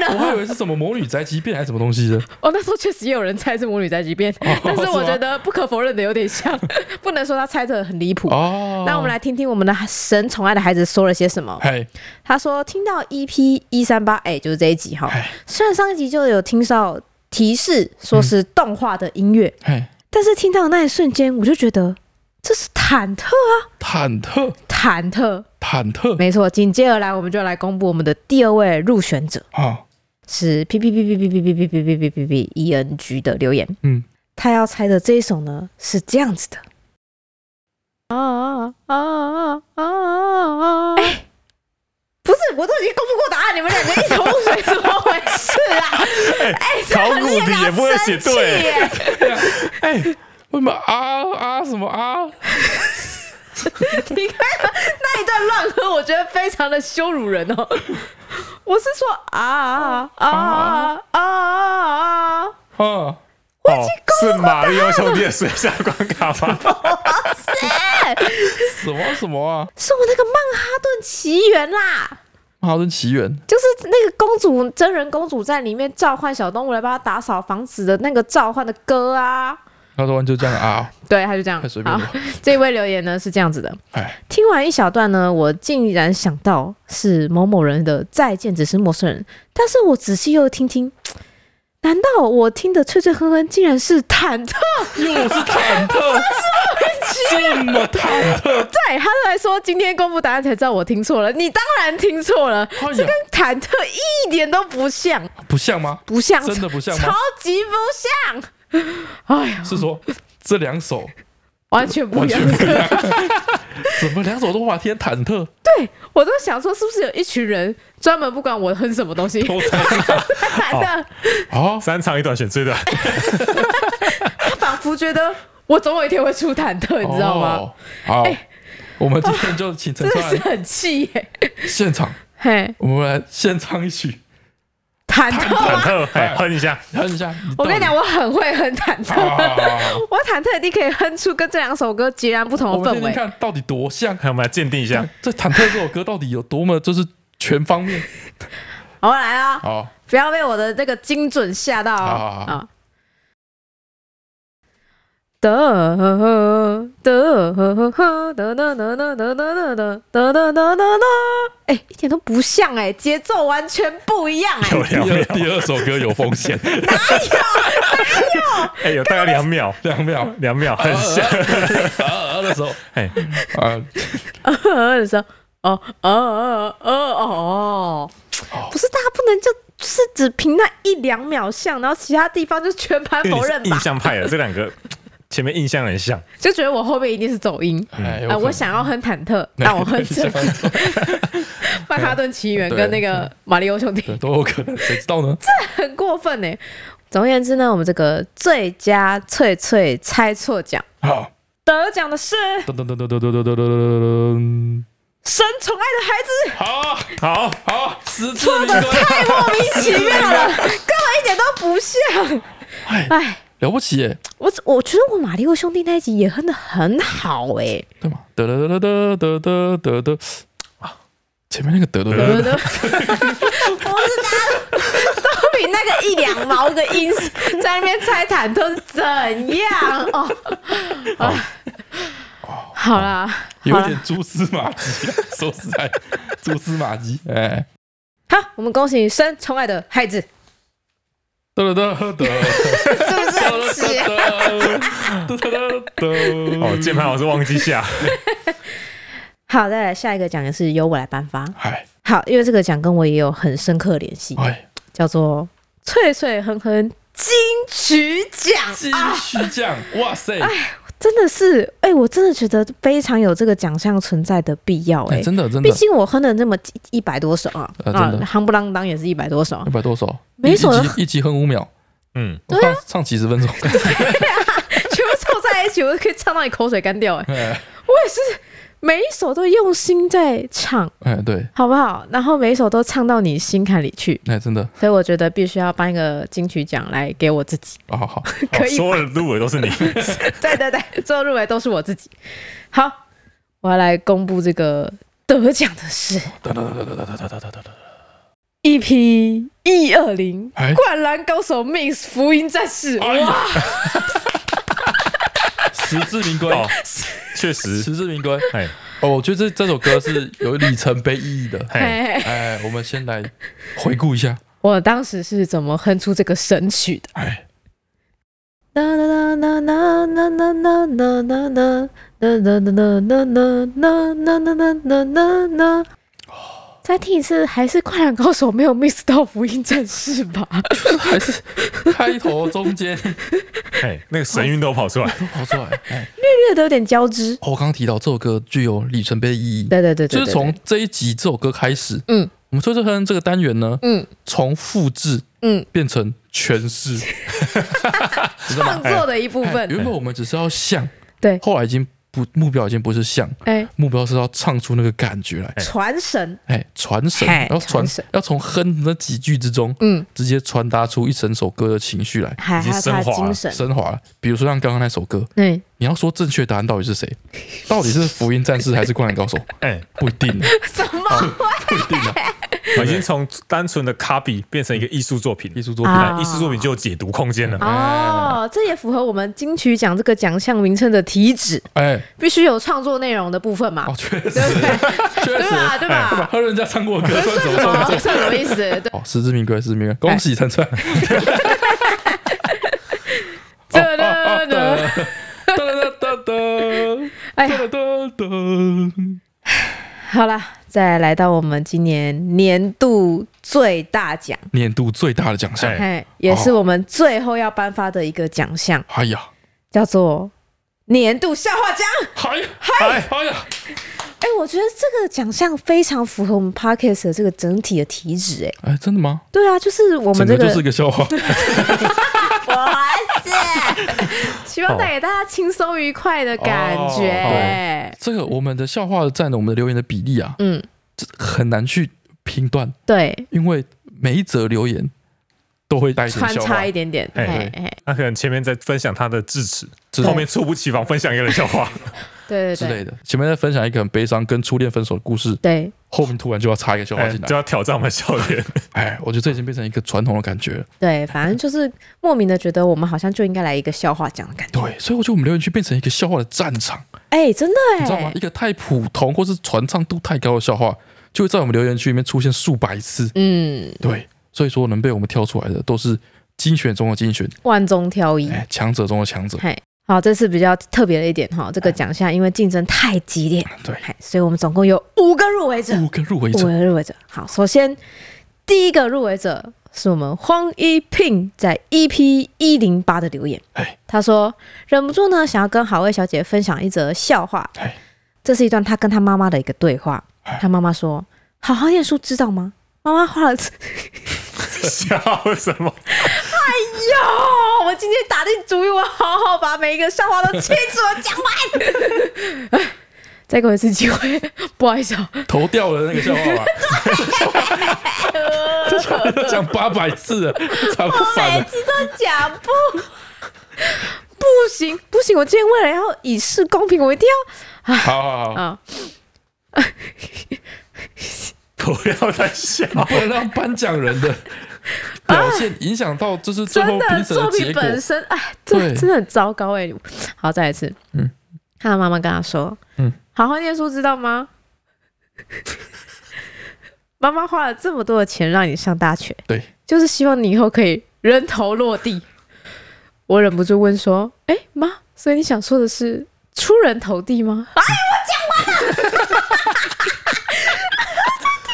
Speaker 2: 我还以为是什么魔女宅急便还是什么东西的，
Speaker 1: 哦，那时候确实也有人猜是魔女宅急便， 但是
Speaker 2: 哦是
Speaker 1: 我
Speaker 2: 吗
Speaker 1: 觉得不可否认的有点像， 不能说他猜的很离谱。
Speaker 2: 哦，
Speaker 1: 那我们来听听我们的神宠爱的孩子说了些什么。
Speaker 2: 嘿，
Speaker 1: 他说听到 EP 一三八，哎，就是这一集哈。
Speaker 2: 哎
Speaker 1: 虽然上一集就有听到提示
Speaker 2: 嗯
Speaker 1: 说是动画的音乐，
Speaker 2: 嘿，
Speaker 1: 但是听到那一瞬间，我就觉得这是忐忑，
Speaker 2: 忐忑，
Speaker 1: 忐忑。
Speaker 2: 忐忑
Speaker 1: 没错，紧接而来，我们就来公布我们的第二位入选者
Speaker 2: 啊，
Speaker 1: 是 P P P P P P P P P P P P P E N G 的留言。
Speaker 2: 嗯，
Speaker 1: 他要猜的这一首呢是这样子的。
Speaker 4: 啊啊啊啊！哎，
Speaker 1: 不是，我都已经公布过答案，你们两个一头雾水，怎么回事啊？
Speaker 3: 考古题也不会写对，
Speaker 1: 耶！
Speaker 2: 哎，为什么啊啊什么啊？
Speaker 1: 你看那一段乱喝，我觉得非常的羞辱人哦。我是说啊啊啊啊啊！
Speaker 2: 啊，
Speaker 3: 哦，是马里奥兄弟的水下关卡 吗？
Speaker 2: 什么什么啊？
Speaker 1: 是我那个《曼哈顿奇缘》啦，
Speaker 2: 《哈顿奇缘》
Speaker 1: 就是那个公主真人公主在里面召唤小动物来帮她打扫房子的那个召唤的歌啊。
Speaker 2: 他说完就这样啊，
Speaker 1: 对，他就这样
Speaker 2: 太随。便
Speaker 1: 好
Speaker 2: 了，，
Speaker 1: 这位留言呢是这样子的：
Speaker 2: 哎，
Speaker 1: 听完一小段呢，我竟然想到是某某人的《再见，只是陌生人》，但是我仔细又听听，难道我听的脆脆哼哼竟然是忐忑？
Speaker 2: 又是忐忑，这么忐忑，
Speaker 1: 对他来说，今天公布答案才知道我听错了，你当然听错了，
Speaker 2: 哎呀，
Speaker 1: 忐忑一点都不像，
Speaker 2: 不像吗？
Speaker 1: 不像，
Speaker 2: 真的不像
Speaker 1: 超
Speaker 2: 吗？
Speaker 1: 级不像，哎呀，
Speaker 2: 是说这两首
Speaker 1: 完全不
Speaker 2: 完
Speaker 1: 一样
Speaker 2: 全。不一样，怎么两首都滑天忐忑？
Speaker 1: 我都想说，是不是有一群人专门不管我哼什么东西，
Speaker 3: 偷猜
Speaker 1: 忐忑，
Speaker 2: 哦，
Speaker 3: 三长一短选 最短，
Speaker 1: 他仿佛觉得我总有一天会出忐忑，你知道吗？哎
Speaker 2: 哦？好，我们今天就请陈
Speaker 1: 真的
Speaker 2: 川
Speaker 1: 是
Speaker 2: 来
Speaker 1: 很气耶！
Speaker 2: 现场，
Speaker 1: 嘿，
Speaker 2: 我们来现唱一曲，
Speaker 1: 忐忑。
Speaker 3: 忐忑，哎，哼一下，
Speaker 2: 哼一下。
Speaker 1: 我跟你讲，
Speaker 2: 我
Speaker 1: 我很会哼忐
Speaker 2: 啊好
Speaker 1: 忑，
Speaker 2: 好好好
Speaker 1: 我忐忑一定可以哼出跟这两首歌截然不同
Speaker 2: 我
Speaker 1: 的
Speaker 2: 们听
Speaker 1: 氛
Speaker 2: 听
Speaker 1: 围。
Speaker 2: 看到底多像。
Speaker 3: 哎，我们来鉴定一 下。
Speaker 2: 这忐忑这首歌到底有多么就是全方面？
Speaker 1: 好，我来啊！
Speaker 2: 好，
Speaker 1: 不要被我的这个精准吓到
Speaker 2: 好好
Speaker 1: 哦
Speaker 2: 好
Speaker 1: 啊！得得得得得得得得得得得得得得得，哎，一点都不像哎，节奏完全不一样哎，
Speaker 3: 有
Speaker 2: 第二
Speaker 3: 两秒，
Speaker 2: 第二首歌有风险，
Speaker 3: 哎，有大概两呃秒，
Speaker 2: 两秒。
Speaker 3: 两秒，很像。
Speaker 2: 啊的时候，
Speaker 3: 哎，
Speaker 2: 啊，
Speaker 1: 的时候，哦哦哦哦哦哦，不是大家不能就就是只凭那一两秒像，然后其他地方就全盘
Speaker 3: 因为
Speaker 1: 否
Speaker 3: 你
Speaker 1: 认
Speaker 3: 是
Speaker 1: 吧
Speaker 3: 印，象派的这两个， 前面印象很像，
Speaker 1: 就觉得我后面一定是走音。
Speaker 2: 哎，有
Speaker 1: 啊、
Speaker 2: 可能
Speaker 1: 我想要哼忐忑，但 我哼这个曼哈顿奇缘跟那个马里奥兄弟
Speaker 2: 对，都有可能，谁知道呢？
Speaker 1: 很过分呢。总而言之呢，我们这个最佳翠翠猜错奖
Speaker 2: 好，
Speaker 1: 得奖的是《
Speaker 2: 噔噔噔噔噔噔噔噔噔噔
Speaker 1: 神宠爱的孩子》。
Speaker 2: 噔，好
Speaker 3: 好，哦
Speaker 2: 好，十字迷宫，
Speaker 1: 莫名其妙了，根本一点都不像。
Speaker 2: 哎
Speaker 1: 哎，
Speaker 2: 了不起耶，
Speaker 1: 我我觉得我马里奥兄弟那一集也哼的很好哎、
Speaker 2: 对吗？得得得得得得得得，啊，前面那个得得
Speaker 1: 我觉
Speaker 2: 得
Speaker 1: 得不是大家都比那个一两毛个音在那边猜忐忑是怎样哦？哎，好啦，
Speaker 2: 有
Speaker 1: 好
Speaker 2: 一
Speaker 1: 啦
Speaker 2: 点蛛丝马迹， 说实在，蛛丝马迹，哎，
Speaker 1: 好，我们恭喜生宠爱的孩子，
Speaker 2: 得得得得
Speaker 1: 是不是
Speaker 2: 哦
Speaker 1: 很气啊？
Speaker 2: 得得得，
Speaker 1: 嗯
Speaker 3: 哦，键盘老师忘记下，
Speaker 1: 好，再来下一个奖也是由我来颁发。
Speaker 2: 哎
Speaker 1: 好，因为这个奖跟我也有很深刻联系。
Speaker 2: 哎，
Speaker 1: 叫做《脆脆哼哼金曲奖
Speaker 2: 金》
Speaker 1: 啊，
Speaker 2: 曲奖，哇塞，
Speaker 1: 真的是，哎、我真的觉得非常有这个奖项存在的必要、
Speaker 2: 哎，
Speaker 1: 哎、
Speaker 2: 真的真的
Speaker 1: 毕，竟我哼了那么一一百多首啊，
Speaker 2: 呃
Speaker 1: 啊
Speaker 2: 真，的
Speaker 1: 夯不啷当也是一百多首啊
Speaker 2: 一，百多首，
Speaker 1: 每
Speaker 2: 一
Speaker 1: 首都
Speaker 2: 集一集哼五秒，
Speaker 3: 嗯，
Speaker 2: 我
Speaker 1: 啊
Speaker 2: 唱唱几十分 钟，
Speaker 1: 全部凑在一起，我都可以唱到你口水干掉、哎，
Speaker 2: 哎
Speaker 1: 我也是。每一首都用心在唱，
Speaker 2: 哎，对，
Speaker 1: 好不好？然后每一首都唱到你心坎里去，
Speaker 2: 哎，真的，
Speaker 1: 所以我觉得必须要颁一个金曲奖来给我自己，
Speaker 2: 哦好好好，
Speaker 1: 可以
Speaker 3: 哦所有的入围都是你，
Speaker 1: 对对对，最后入围都是我自己。好，我要来公布这个得奖的是
Speaker 2: 哒哒哒哒哒哒哒哒哒哒哒，
Speaker 1: 一批一二零
Speaker 2: 哎
Speaker 1: 《灌篮高手》Mix 福音战士，
Speaker 2: 哎
Speaker 1: 哇，
Speaker 2: 呀，实至名归，
Speaker 3: 哦确实，
Speaker 2: 实至名归。
Speaker 3: 哎，
Speaker 2: 哦，我觉得这这首歌是有里程碑意义的。
Speaker 3: 哎，
Speaker 1: 嘿嘿
Speaker 2: 哎，我们先来回顾一下，
Speaker 1: 我当时是怎么哼出这个神曲的？
Speaker 2: 哎，
Speaker 1: 啦啦啦啦啦啦啦啦啦啦啦啦啦啦啦啦啦啦啦啦。再听一次，还是《灌篮高手》没有 miss 到福音战士吧？
Speaker 2: 还是开头中间
Speaker 3: 哎，那个神韵都跑 出来，
Speaker 2: 都跑出来。哎，
Speaker 1: 略略的有点交织。
Speaker 2: 哦我刚刚提到这首歌具有里程碑意义，
Speaker 1: 对对对对，
Speaker 2: 就是
Speaker 1: 对
Speaker 2: 从这一集这首歌开始，
Speaker 1: 嗯，
Speaker 2: 我们崔志亨这个单元呢，
Speaker 1: 嗯
Speaker 2: 从复制
Speaker 1: 嗯
Speaker 2: 变成 诠释，知道
Speaker 1: 创
Speaker 2: 吗？
Speaker 1: 作的一部
Speaker 2: 哎
Speaker 1: 分。
Speaker 2: 原本我们只是要像，
Speaker 1: 对
Speaker 2: 后来已经不目标已经不是像，
Speaker 1: 哎，
Speaker 2: 目标是要唱出那个感觉来，
Speaker 1: 传神，
Speaker 2: 哎，传神
Speaker 1: 哎，
Speaker 2: 要传
Speaker 1: 传神，
Speaker 2: 要从哼的那几句之中，
Speaker 1: 嗯，
Speaker 2: 直接传达出一整首歌的情绪来，
Speaker 1: 还
Speaker 3: 已经
Speaker 1: 还有他的
Speaker 3: 升华
Speaker 1: 精
Speaker 3: 了
Speaker 1: 神。
Speaker 2: 升华了。比如说像刚刚那首歌，
Speaker 1: 对，
Speaker 2: 你要说正确答案到底是谁，到底是福音战士还是灌篮高手，
Speaker 3: 哎，
Speaker 2: 不一定呢，
Speaker 1: 什么？
Speaker 2: 不一定呢。
Speaker 3: 已经从单纯的 copy 变成一个艺术作品
Speaker 2: 艺，术作品，
Speaker 1: 啊
Speaker 3: 哎，艺术作品就有解读空间了，
Speaker 1: 哦，这也符合我们金曲奖这个奖项名称的体旨，
Speaker 2: 哎，
Speaker 1: 必须有创作内容的部分嘛
Speaker 2: 哦，，确
Speaker 1: 对不
Speaker 2: 实，
Speaker 1: 对？
Speaker 2: 确
Speaker 1: 对吧？
Speaker 2: 实，
Speaker 1: 对 吧？
Speaker 2: 喝人家唱过的歌算什么创
Speaker 1: 哦，
Speaker 2: 作？
Speaker 1: 是什么意思？对，
Speaker 2: 哦，实至名归，实至名归，恭喜晨晨。
Speaker 1: 这呢呢，
Speaker 2: 哒哒哒哒
Speaker 1: 哎呀，
Speaker 2: 哒哒哒，
Speaker 1: 好啦，再来到我们今年年度最大奖，
Speaker 2: 年度最大的奖项，
Speaker 3: 哎
Speaker 1: 哎，也是我们最后要颁发的一个奖项，
Speaker 2: 哎呀，
Speaker 1: 叫做年度笑话奖。
Speaker 2: 哎呀，哎哎呀，
Speaker 1: 哎，我觉得这个奖项非常符合我们 Parkes 的这个整体的体旨，哎，
Speaker 2: 哎，真的吗？
Speaker 1: 对啊，就是我
Speaker 2: 整
Speaker 1: 们这
Speaker 2: 个就
Speaker 1: 个
Speaker 2: 是个笑话，
Speaker 1: 我是，希望带给大家轻松愉快的感觉。
Speaker 2: 这个我们的笑话占了我们的留言的比例啊，
Speaker 1: 嗯，
Speaker 2: 这很难去评断，
Speaker 1: 对，
Speaker 2: 因为每一则留言都会带一点
Speaker 1: 穿
Speaker 2: 笑话
Speaker 1: 插一，点点，
Speaker 3: 哎
Speaker 1: 哎哎，
Speaker 3: 他可能前面在分享他的智齿，
Speaker 2: 智齿
Speaker 3: 后面猝不及防分享一个人笑 话，
Speaker 1: 对
Speaker 2: 之
Speaker 1: 对
Speaker 2: 类
Speaker 1: 对，
Speaker 2: 的。前面在分享一个很悲伤跟初恋分手的故事，
Speaker 1: 对，
Speaker 2: 后面突然就要插一个笑话
Speaker 3: 哎
Speaker 2: 进
Speaker 3: 就
Speaker 2: 来，
Speaker 3: 要挑战我们的笑 点，
Speaker 2: 哎，我觉得这已经变成一个传统的感觉了。
Speaker 1: 对，反正就是莫名的觉得我们好像就应该来一个笑话讲的感觉。
Speaker 2: 对，所以我觉得我们留言区变成一个笑话的战场。
Speaker 1: 哎，真的
Speaker 2: 你知道吗
Speaker 1: 哎？
Speaker 2: 一，个太普通或是传唱度太高的笑话，就会在我们留言区里面出现数百次。
Speaker 1: 嗯，
Speaker 2: 对，所以说能被我们挑出来的都是精选中的精选，
Speaker 1: 万中挑一。
Speaker 2: 哎，强者中的强者。
Speaker 1: 嘿，好，这次比较特别的一点哈，
Speaker 2: 哎
Speaker 1: 这个奖项因为竞争太激烈，
Speaker 2: 对，
Speaker 1: 嘿，所以我们总共有五个入围者，
Speaker 2: 五个嗯入围
Speaker 1: 五
Speaker 2: 者，
Speaker 1: 个入围者。好，首先第一个入围者是我们荒一聘在 EP 一零八的留言
Speaker 2: 哎，
Speaker 1: 他说忍不住呢想要跟好味小姐分享一则笑话
Speaker 2: 哎，
Speaker 1: 这是一段他跟他妈妈的一个对话，他妈妈说：“好好念书知道吗？”妈妈花了，
Speaker 3: 笑什么？
Speaker 1: 哟！我今天打定主意，我好好把每一个笑话都清楚的讲完。再给我一次机会，不好意思、啊，
Speaker 2: 投掉了那个笑话吧， 讲八百次了，才不反
Speaker 1: 每
Speaker 2: 了。
Speaker 1: 次都讲不， 不行不行，我今天为了要以示公平，我一定
Speaker 2: 好好
Speaker 1: 要
Speaker 2: 好，
Speaker 1: 啊！
Speaker 3: 不要再 笑，
Speaker 2: 不能让颁奖人的表现影响到，就是最后
Speaker 1: 真
Speaker 2: 评
Speaker 1: 的
Speaker 2: 审的
Speaker 1: 作
Speaker 2: 结
Speaker 1: 品
Speaker 2: 果。
Speaker 1: 本身，哎，真的
Speaker 2: 对
Speaker 1: 真的很糟糕哎、好，再来一次。
Speaker 2: 嗯
Speaker 1: 嗯，他的妈妈跟他说：“
Speaker 2: 嗯
Speaker 1: 嗯，好好念书，知道吗？ 妈妈花了这么多的钱让你上大学，
Speaker 2: 对，
Speaker 1: 就是希望你以后可以人头落地。” 我忍不住问说：“哎、妈，所以你想说的是出人头地吗？” 哎，我讲完了。这第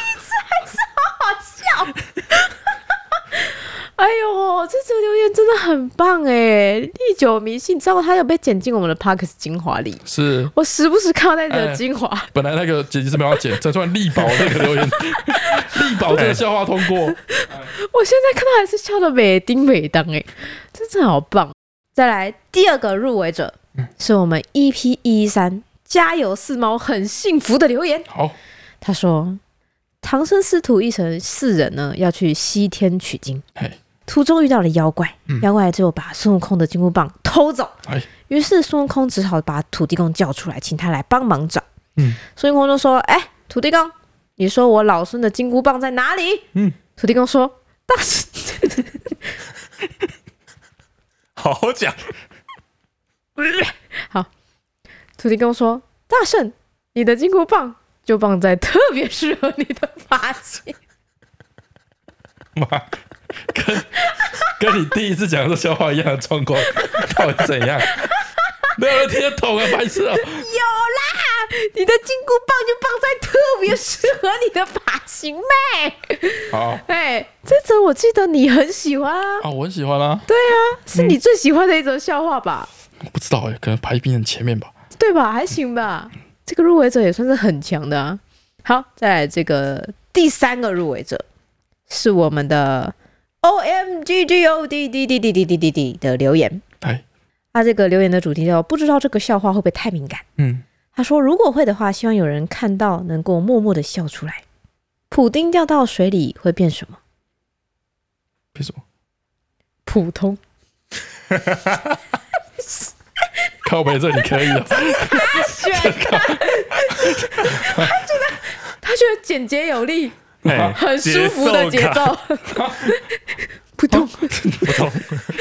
Speaker 1: 一次还是好好笑。哎呦，这则留言真的很棒哎，历久弥新。你知道它有被剪进我们的 Parkes 精华里，
Speaker 2: 是，
Speaker 1: 我时不时看到那
Speaker 2: 哎
Speaker 1: 则精华。
Speaker 2: 本来那个剪辑是没有要剪，才突然力保那个 留言，力保这个笑话通过。
Speaker 1: 我现在看到还是笑的美丁美当哎、
Speaker 2: 嗯
Speaker 1: 真的好棒！再来第二个入围者、是我们 EP E 一三家有四猫很幸福的留言，
Speaker 2: 好，
Speaker 1: 他说：“唐僧师徒一行四人呢，要去西天取经
Speaker 2: 嘿，嗯
Speaker 1: 途中遇到了妖怪，妖怪最后把孙悟空的金箍棒偷走
Speaker 2: 哎，
Speaker 1: 于是孙悟空只好把土地公叫出来，请他来帮忙找。
Speaker 2: 嗯，
Speaker 1: 孙悟空就说：‘哎、土地公，你说我老孙的金箍棒在哪里？’
Speaker 2: 嗯，
Speaker 1: 土地公说：‘大师，
Speaker 3: 好好讲，
Speaker 1: 土地公说：‘大圣，你的金箍棒就放在特别适合你的发型。’”
Speaker 2: 妈，跟跟你第一次讲的笑话一样的状况，到底怎 样？没有人听得懂啊，白痴啊！
Speaker 1: 有啦，你的金箍棒就棒在特别适合你的发型妹。
Speaker 2: 好
Speaker 1: 哎，这则我记得你很喜欢啊，
Speaker 2: 啊，我很喜欢啊，
Speaker 1: 对啊，是你最喜欢的一则笑话吧？
Speaker 2: 我不知道哎、可能排兵很前面吧。
Speaker 1: 对吧？还行吧，这个入围者也算是很强的啊。好，再来这个第三个入围者是我们的 O M G G O D D D D D D D D 的留言，
Speaker 2: 哎，
Speaker 1: 他这个留言的主题叫“不知道这个笑话会不会太敏感”。
Speaker 2: 嗯，
Speaker 1: 他说：“如果会的话，希望有人看到能够默默的笑出来。普丁掉到水里会变什么？
Speaker 2: 别说，
Speaker 1: 普通。
Speaker 2: 靠北这你可以啊，
Speaker 1: 选 他，他觉得他觉得简洁有力，
Speaker 3: 哎
Speaker 1: 很舒服的节，
Speaker 3: 感
Speaker 1: 奏。 普通，
Speaker 3: 不同，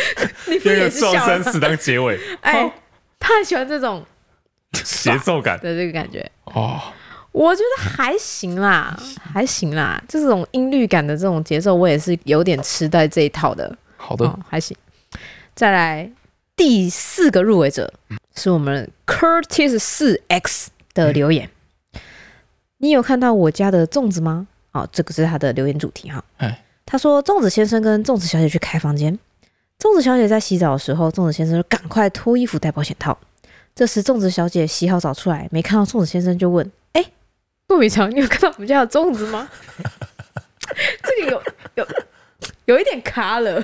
Speaker 1: 你不
Speaker 3: 用
Speaker 1: 也
Speaker 3: 个
Speaker 1: 是
Speaker 3: 撞
Speaker 1: 笑了
Speaker 3: 生
Speaker 1: 吗？
Speaker 3: 死当结尾，
Speaker 1: 哎，他很喜欢这种
Speaker 3: 节奏感，
Speaker 1: 的这个感觉。
Speaker 2: 哦，
Speaker 1: 我觉得还行啦，还行啦，这种音律感的这种节奏，我也是有点吃在这一套的。
Speaker 2: 好的，
Speaker 1: 哦，还行。再来第四个入围者是我们 Curtis 四 X 的留言。你有看到我家的粽子吗？哦，这个是他的留言主题哈
Speaker 2: 哎。
Speaker 1: 他说粽子先生跟粽子小姐去开房间，粽子小姐在洗澡的时候，粽子先生就赶快脱衣服戴保险套。这时粽子小姐洗好澡出来，没看到粽子先生就问：“哎、糯米 肠，你有看到我们家的粽子吗？” 这个有有有一点卡了，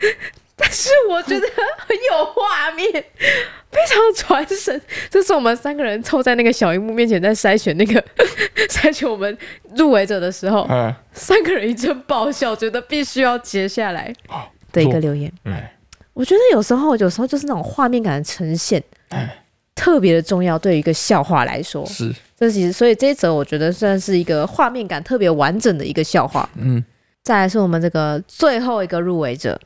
Speaker 1: 但是我觉得很有画面，非常传神。这是我们三个人凑在那个小荧幕面前，在筛选那个 筛选我们入围者的时候，
Speaker 2: 哎，
Speaker 1: 三个人一阵爆笑，觉得必须要截下来
Speaker 2: 好
Speaker 1: 的一个留言。
Speaker 2: 哎，
Speaker 1: 我觉得有时候，有时候就是那种画面感的呈现
Speaker 2: 哎，
Speaker 1: 特别的重要，对于一个笑话来说，
Speaker 2: 是，
Speaker 1: 这其实所以这一则我觉得算是一个画面感特别完整的一个笑话。
Speaker 2: 嗯，
Speaker 1: 再来是我们这个最后一个入围者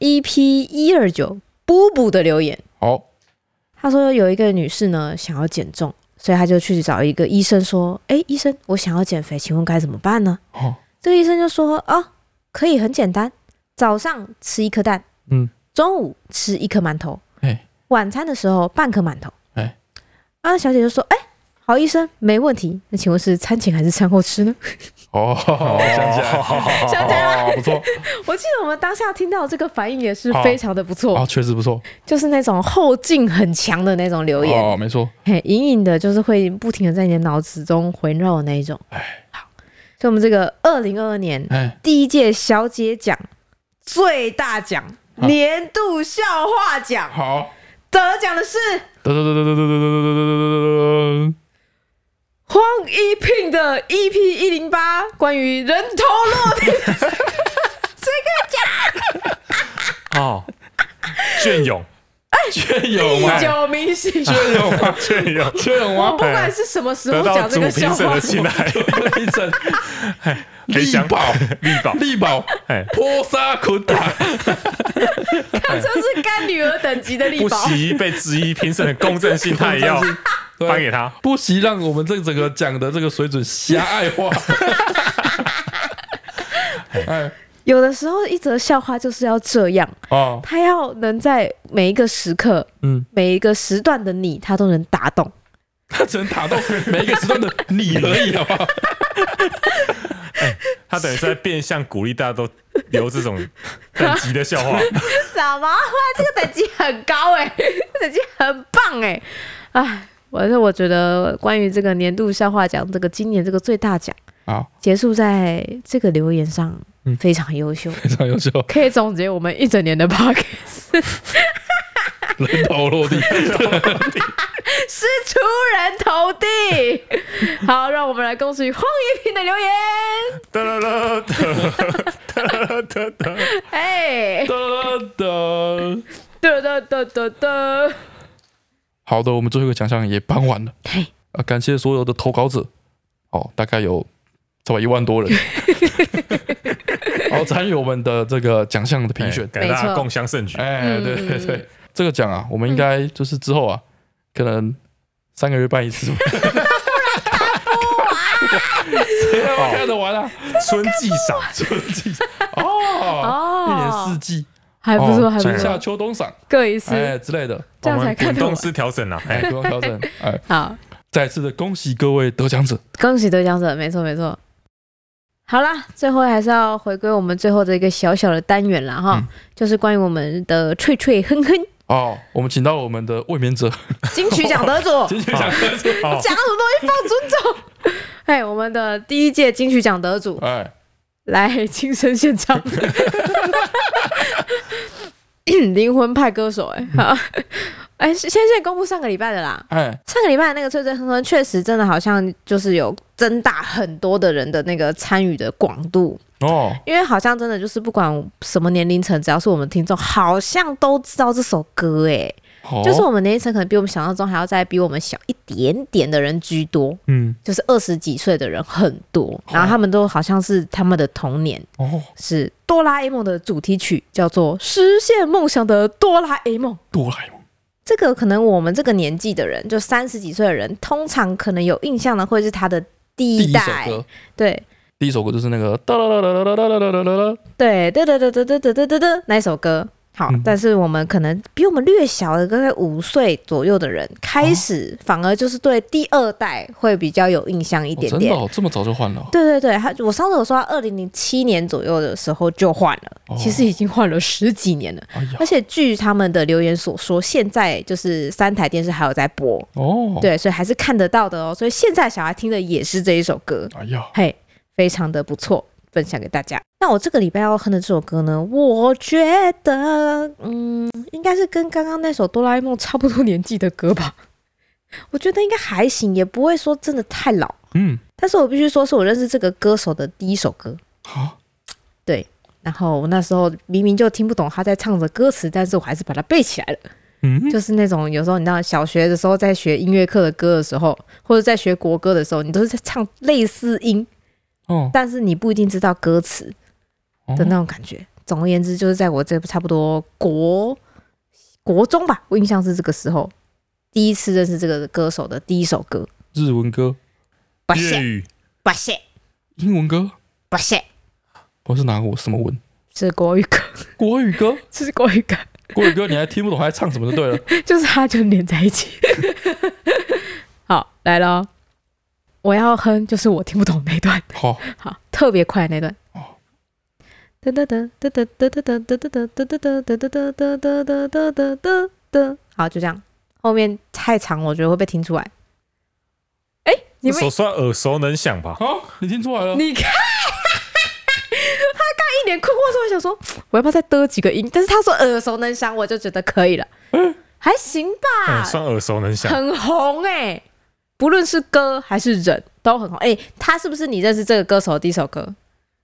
Speaker 1: EP 一二九布布的留言，
Speaker 2: 好，
Speaker 1: 他说有一个女士呢想要减重，所以他就去找一个医生说：“哎，医生，我想要减肥，请问该怎么办呢
Speaker 2: 哦，？”
Speaker 1: 这个医生就说：“哦，可以很简单，早上吃一颗蛋，
Speaker 2: 嗯，
Speaker 1: 中午吃一颗馒头，
Speaker 2: 哎，
Speaker 1: 晚餐的时候半颗馒头。”
Speaker 2: 哎，
Speaker 1: 啊，小姐就说：“哎，好，医生，没问题。那请问是餐前还是餐后吃呢？”
Speaker 2: 哦，想起来，
Speaker 1: 想起来
Speaker 2: 哦，不错，
Speaker 1: 我记得我们当下听到这个反应也是非常的不错，
Speaker 2: 哦，确实不错，
Speaker 1: 就是那种后劲很强的那种留言，
Speaker 2: 哦，没错，
Speaker 1: 嘿，隐隐的就是会不停的在你的脑子中环绕的那一种。好，所以我们这个二零二二年
Speaker 2: 哎，
Speaker 1: 第一届小姐奖最大奖
Speaker 2: 啊
Speaker 1: 年度笑话奖
Speaker 2: 好，
Speaker 1: 得奖的是
Speaker 2: 得得得得得得得得得得得。
Speaker 1: 黄一聘的 EP 一零八关于人头落地的这个奖。
Speaker 3: 哦，隽永，
Speaker 2: 确有吗
Speaker 1: 第？ 九明星，
Speaker 2: 确有吗？
Speaker 3: 隽永，
Speaker 2: 确有
Speaker 1: 我
Speaker 2: 吗
Speaker 1: 不？管是什么时候
Speaker 3: 哎得到
Speaker 1: 讲
Speaker 3: 主
Speaker 1: 这个笑
Speaker 3: 评审
Speaker 1: 话
Speaker 3: 的，青睐，
Speaker 2: 一整
Speaker 3: 黑
Speaker 2: 力
Speaker 3: 箱
Speaker 2: 宝，
Speaker 3: 力宝，
Speaker 2: 力宝，
Speaker 3: 哎，
Speaker 2: 泼沙捆打，
Speaker 1: 这是干女儿等级的力
Speaker 3: 不
Speaker 1: 宝。
Speaker 3: 惜被质疑评审的公正性，他也要
Speaker 2: 对
Speaker 3: 颁给他。
Speaker 2: 不惜让我们这整个讲的这个水准狭隘化。哎，
Speaker 1: 有的时候，一则笑话就是要这样，
Speaker 2: 哦，
Speaker 1: 他要能在每一个时刻、
Speaker 2: 嗯，
Speaker 1: 每一个时段的你，他都能打动。
Speaker 2: 他只能打动每一个时段的你而已，好不 好？
Speaker 3: 他等于是在变相鼓励大家都 留这种等级的笑话，
Speaker 1: 怎么会？这个等级很高哎、 这等级很棒哎、哎，我是我觉得关于这个年度笑话奖，这个今年这个最大奖
Speaker 2: 好，
Speaker 1: 结束在这个留言上
Speaker 2: 嗯，
Speaker 1: 非常优秀，
Speaker 2: 非常优秀，
Speaker 1: 可以总结我们一 整年的 p o c k
Speaker 2: 人头落地，
Speaker 1: 是出人头 地。好，让我们来恭喜黄一平的留言。
Speaker 3: 哒啦啦哒哒啦哒哒，
Speaker 1: 哎，
Speaker 2: 噔噔。
Speaker 1: 得得得得得，
Speaker 2: 好的，我们最后一个奖项也颁完了，
Speaker 1: 嘿，
Speaker 2: 啊，感谢所有的投稿者，哦，大概有差不多一万多人，哦，参与我们的这个奖项的评选，
Speaker 3: 哎给大
Speaker 1: 没
Speaker 3: 家
Speaker 1: 错
Speaker 3: 共襄盛举。
Speaker 2: 哎，对对
Speaker 1: 嗯
Speaker 2: 对，这个奖啊，我们应该就是之后啊，可能三个月办 一次吧。 谁他妈看得完啊？
Speaker 3: 春季赏，
Speaker 2: 春季哦，
Speaker 1: 哦，
Speaker 2: 一年四季，
Speaker 1: 还不错，
Speaker 2: 哦
Speaker 1: 还不
Speaker 2: 春夏
Speaker 1: 错，
Speaker 2: 秋冬赏，
Speaker 1: 各一次，
Speaker 2: 哎之类的，
Speaker 1: 这样才看
Speaker 3: 滚
Speaker 1: 得完
Speaker 3: 动。式调整啊！
Speaker 2: 哎，
Speaker 3: 哎，
Speaker 2: 多调整，哎，
Speaker 1: 好，
Speaker 2: 再次的恭喜各位得奖者，
Speaker 1: 恭喜得奖者，没错没错。好啦，最后还是要回归我们最后的一个小小的单元啦哈，
Speaker 2: 嗯
Speaker 1: 就是关于我们的脆脆哼哼
Speaker 2: 哦，我们请到了我们的卫冕者，
Speaker 1: 金曲奖得主，
Speaker 2: 金 曲奖得主，
Speaker 3: 哦，
Speaker 1: 讲什么东西放尊重？ 哎，我们的第一届金曲奖得主
Speaker 2: 哎，
Speaker 1: 来 亲身现场，灵魂派歌手哎、好， 哎、先先公布上个礼拜的啦，
Speaker 2: 哎，
Speaker 1: 上个礼拜那个脆脆哼哼，确实真的好像就是有增大很多的人的那个参与的广度，
Speaker 2: 哦，
Speaker 1: 因为好像真的就是不管什么年龄层，只要是我们听众，好像都知道这首歌诶、
Speaker 2: 好，
Speaker 1: 就是我们年龄层可能比我们想象中还要再比我们小一点点的人居多，
Speaker 2: 嗯，
Speaker 1: 就是二十几岁的人很多，然后他们都好像是他们的童年
Speaker 2: 哦，
Speaker 1: 是哆啦 A 梦的主题曲，叫做《实现梦想的哆啦 A 梦》。
Speaker 2: 哆啦 A 梦，
Speaker 1: 这个可能我们这个年纪的人，就三十几岁的人，通常可能有印象的会是他的第
Speaker 2: 第
Speaker 1: 一
Speaker 2: 一首
Speaker 1: 代，
Speaker 2: 歌，
Speaker 1: 对
Speaker 2: 第一首歌就是那个哒啦啦啦啦啦啦啦啦啦啦，
Speaker 1: 对，得得得得得得得得得那一首歌。好，
Speaker 2: 嗯
Speaker 1: 但是我们可能比我们略小的，大概五岁左右的人，开始反而就是对第二代会比较有印象一
Speaker 2: 哦
Speaker 1: 点
Speaker 2: 真
Speaker 1: 点。
Speaker 2: 的哦，这么早就换了哦，
Speaker 1: 对对对，他我上次有说，他二零零七年左右的时候就换了，
Speaker 2: 哦
Speaker 1: 其实已经换了十几年了。
Speaker 2: 哎呀
Speaker 1: 而，且据他们的留言所说，现在就是三台电视还有在播，
Speaker 2: 哦，，
Speaker 1: 对，所以还是看得到的哦。所以现在小孩听的也是这一首歌，
Speaker 2: 哎呀，
Speaker 1: 嘿，非常的不错，分享给大家。那我这个礼拜要哼的这首歌呢，我觉得，嗯，应该是跟刚刚那首哆啦 A 梦差不多年纪的歌吧。 我觉得应该还行，也不会说真的太老。
Speaker 2: 嗯，
Speaker 1: 但是我必须说，是我认识这个歌手的第一首歌。
Speaker 2: 好，
Speaker 1: 然后我那时候明明就听不懂他在唱着歌词，但是我还是把它背起来了。
Speaker 2: 嗯，
Speaker 1: 就是那种有时候你知道小学的时候在学音乐课的歌的时候，或者在学国歌的时候，你都是在唱类似音，
Speaker 2: 哦，
Speaker 1: 但是你不一定知道歌词
Speaker 2: 哦
Speaker 1: 的那种感觉。总而言之，就是在我这差不多国国中吧，我印象是这个时候第一次认识这个歌手的第一首歌。
Speaker 2: 日文歌、
Speaker 1: 不
Speaker 3: 粤
Speaker 1: 谢
Speaker 3: 语
Speaker 1: 不谢
Speaker 2: 英文歌，
Speaker 1: 不谢，
Speaker 2: 我是哪个我什么文？
Speaker 1: 是国语歌，
Speaker 2: 国语歌，
Speaker 1: 是国语歌。
Speaker 2: 国语歌你还听不懂，还唱什么就对了。
Speaker 1: 就是它就连在一起。 好，来了，我要哼，就是我听不懂那一段，
Speaker 2: 好，
Speaker 1: 好，特别快那段。
Speaker 2: 哦
Speaker 1: 噔噔噔噔噔噔噔噔噔噔噔噔噔噔噔噔噔噔噔噔噔噔，好，就这样。后面太长，我觉得会被听出来。哎，你
Speaker 3: 这
Speaker 1: 们
Speaker 3: 首算耳熟能详吧？
Speaker 2: 好，你听出来了？
Speaker 1: 你看，他刚一脸困惑，说我想说，我要不要再多几个音？但是他说耳熟能详，我就觉得可以了，还行吧
Speaker 3: 嗯，。算耳熟能详。
Speaker 1: 很红哎、不论是歌还是人都很红哎、他是不是你认识这个歌手的第一首歌？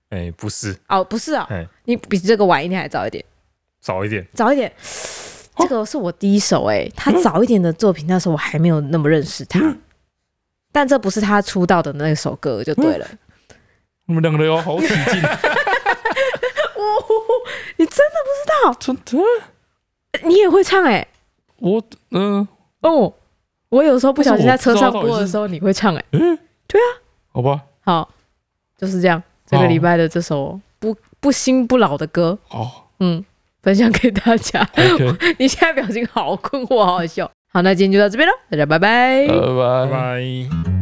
Speaker 3: 哎，不是，
Speaker 1: 哦，不是哦，
Speaker 3: 哎，
Speaker 1: 你比这个晚一点还早一点，
Speaker 3: 早一点。
Speaker 1: 早一点。这个是我第一首哎、他早一点的作品，那时候我还没有那么认识他，但这不是他出道的那首歌就对了。
Speaker 2: 你们两个人有好起 劲，
Speaker 1: 哦，你真的
Speaker 2: 哦真的，
Speaker 1: 你也会唱哎、
Speaker 2: 我嗯，
Speaker 1: 哦，我有时候不小心在车上
Speaker 2: 但是我不知道
Speaker 1: 播的时候你会唱哎、
Speaker 2: 啊好吧，
Speaker 1: 好，就是这样，这个
Speaker 2: 好
Speaker 1: 礼拜的这首不不新不老的歌，
Speaker 2: 好
Speaker 1: 嗯，分享给大家。
Speaker 2: ，OK，呃
Speaker 1: 你
Speaker 2: 哎
Speaker 1: 现在表情好困惑，好好笑。好，那今天就到这边了，大家拜拜。
Speaker 2: 拜拜
Speaker 3: 拜。拜。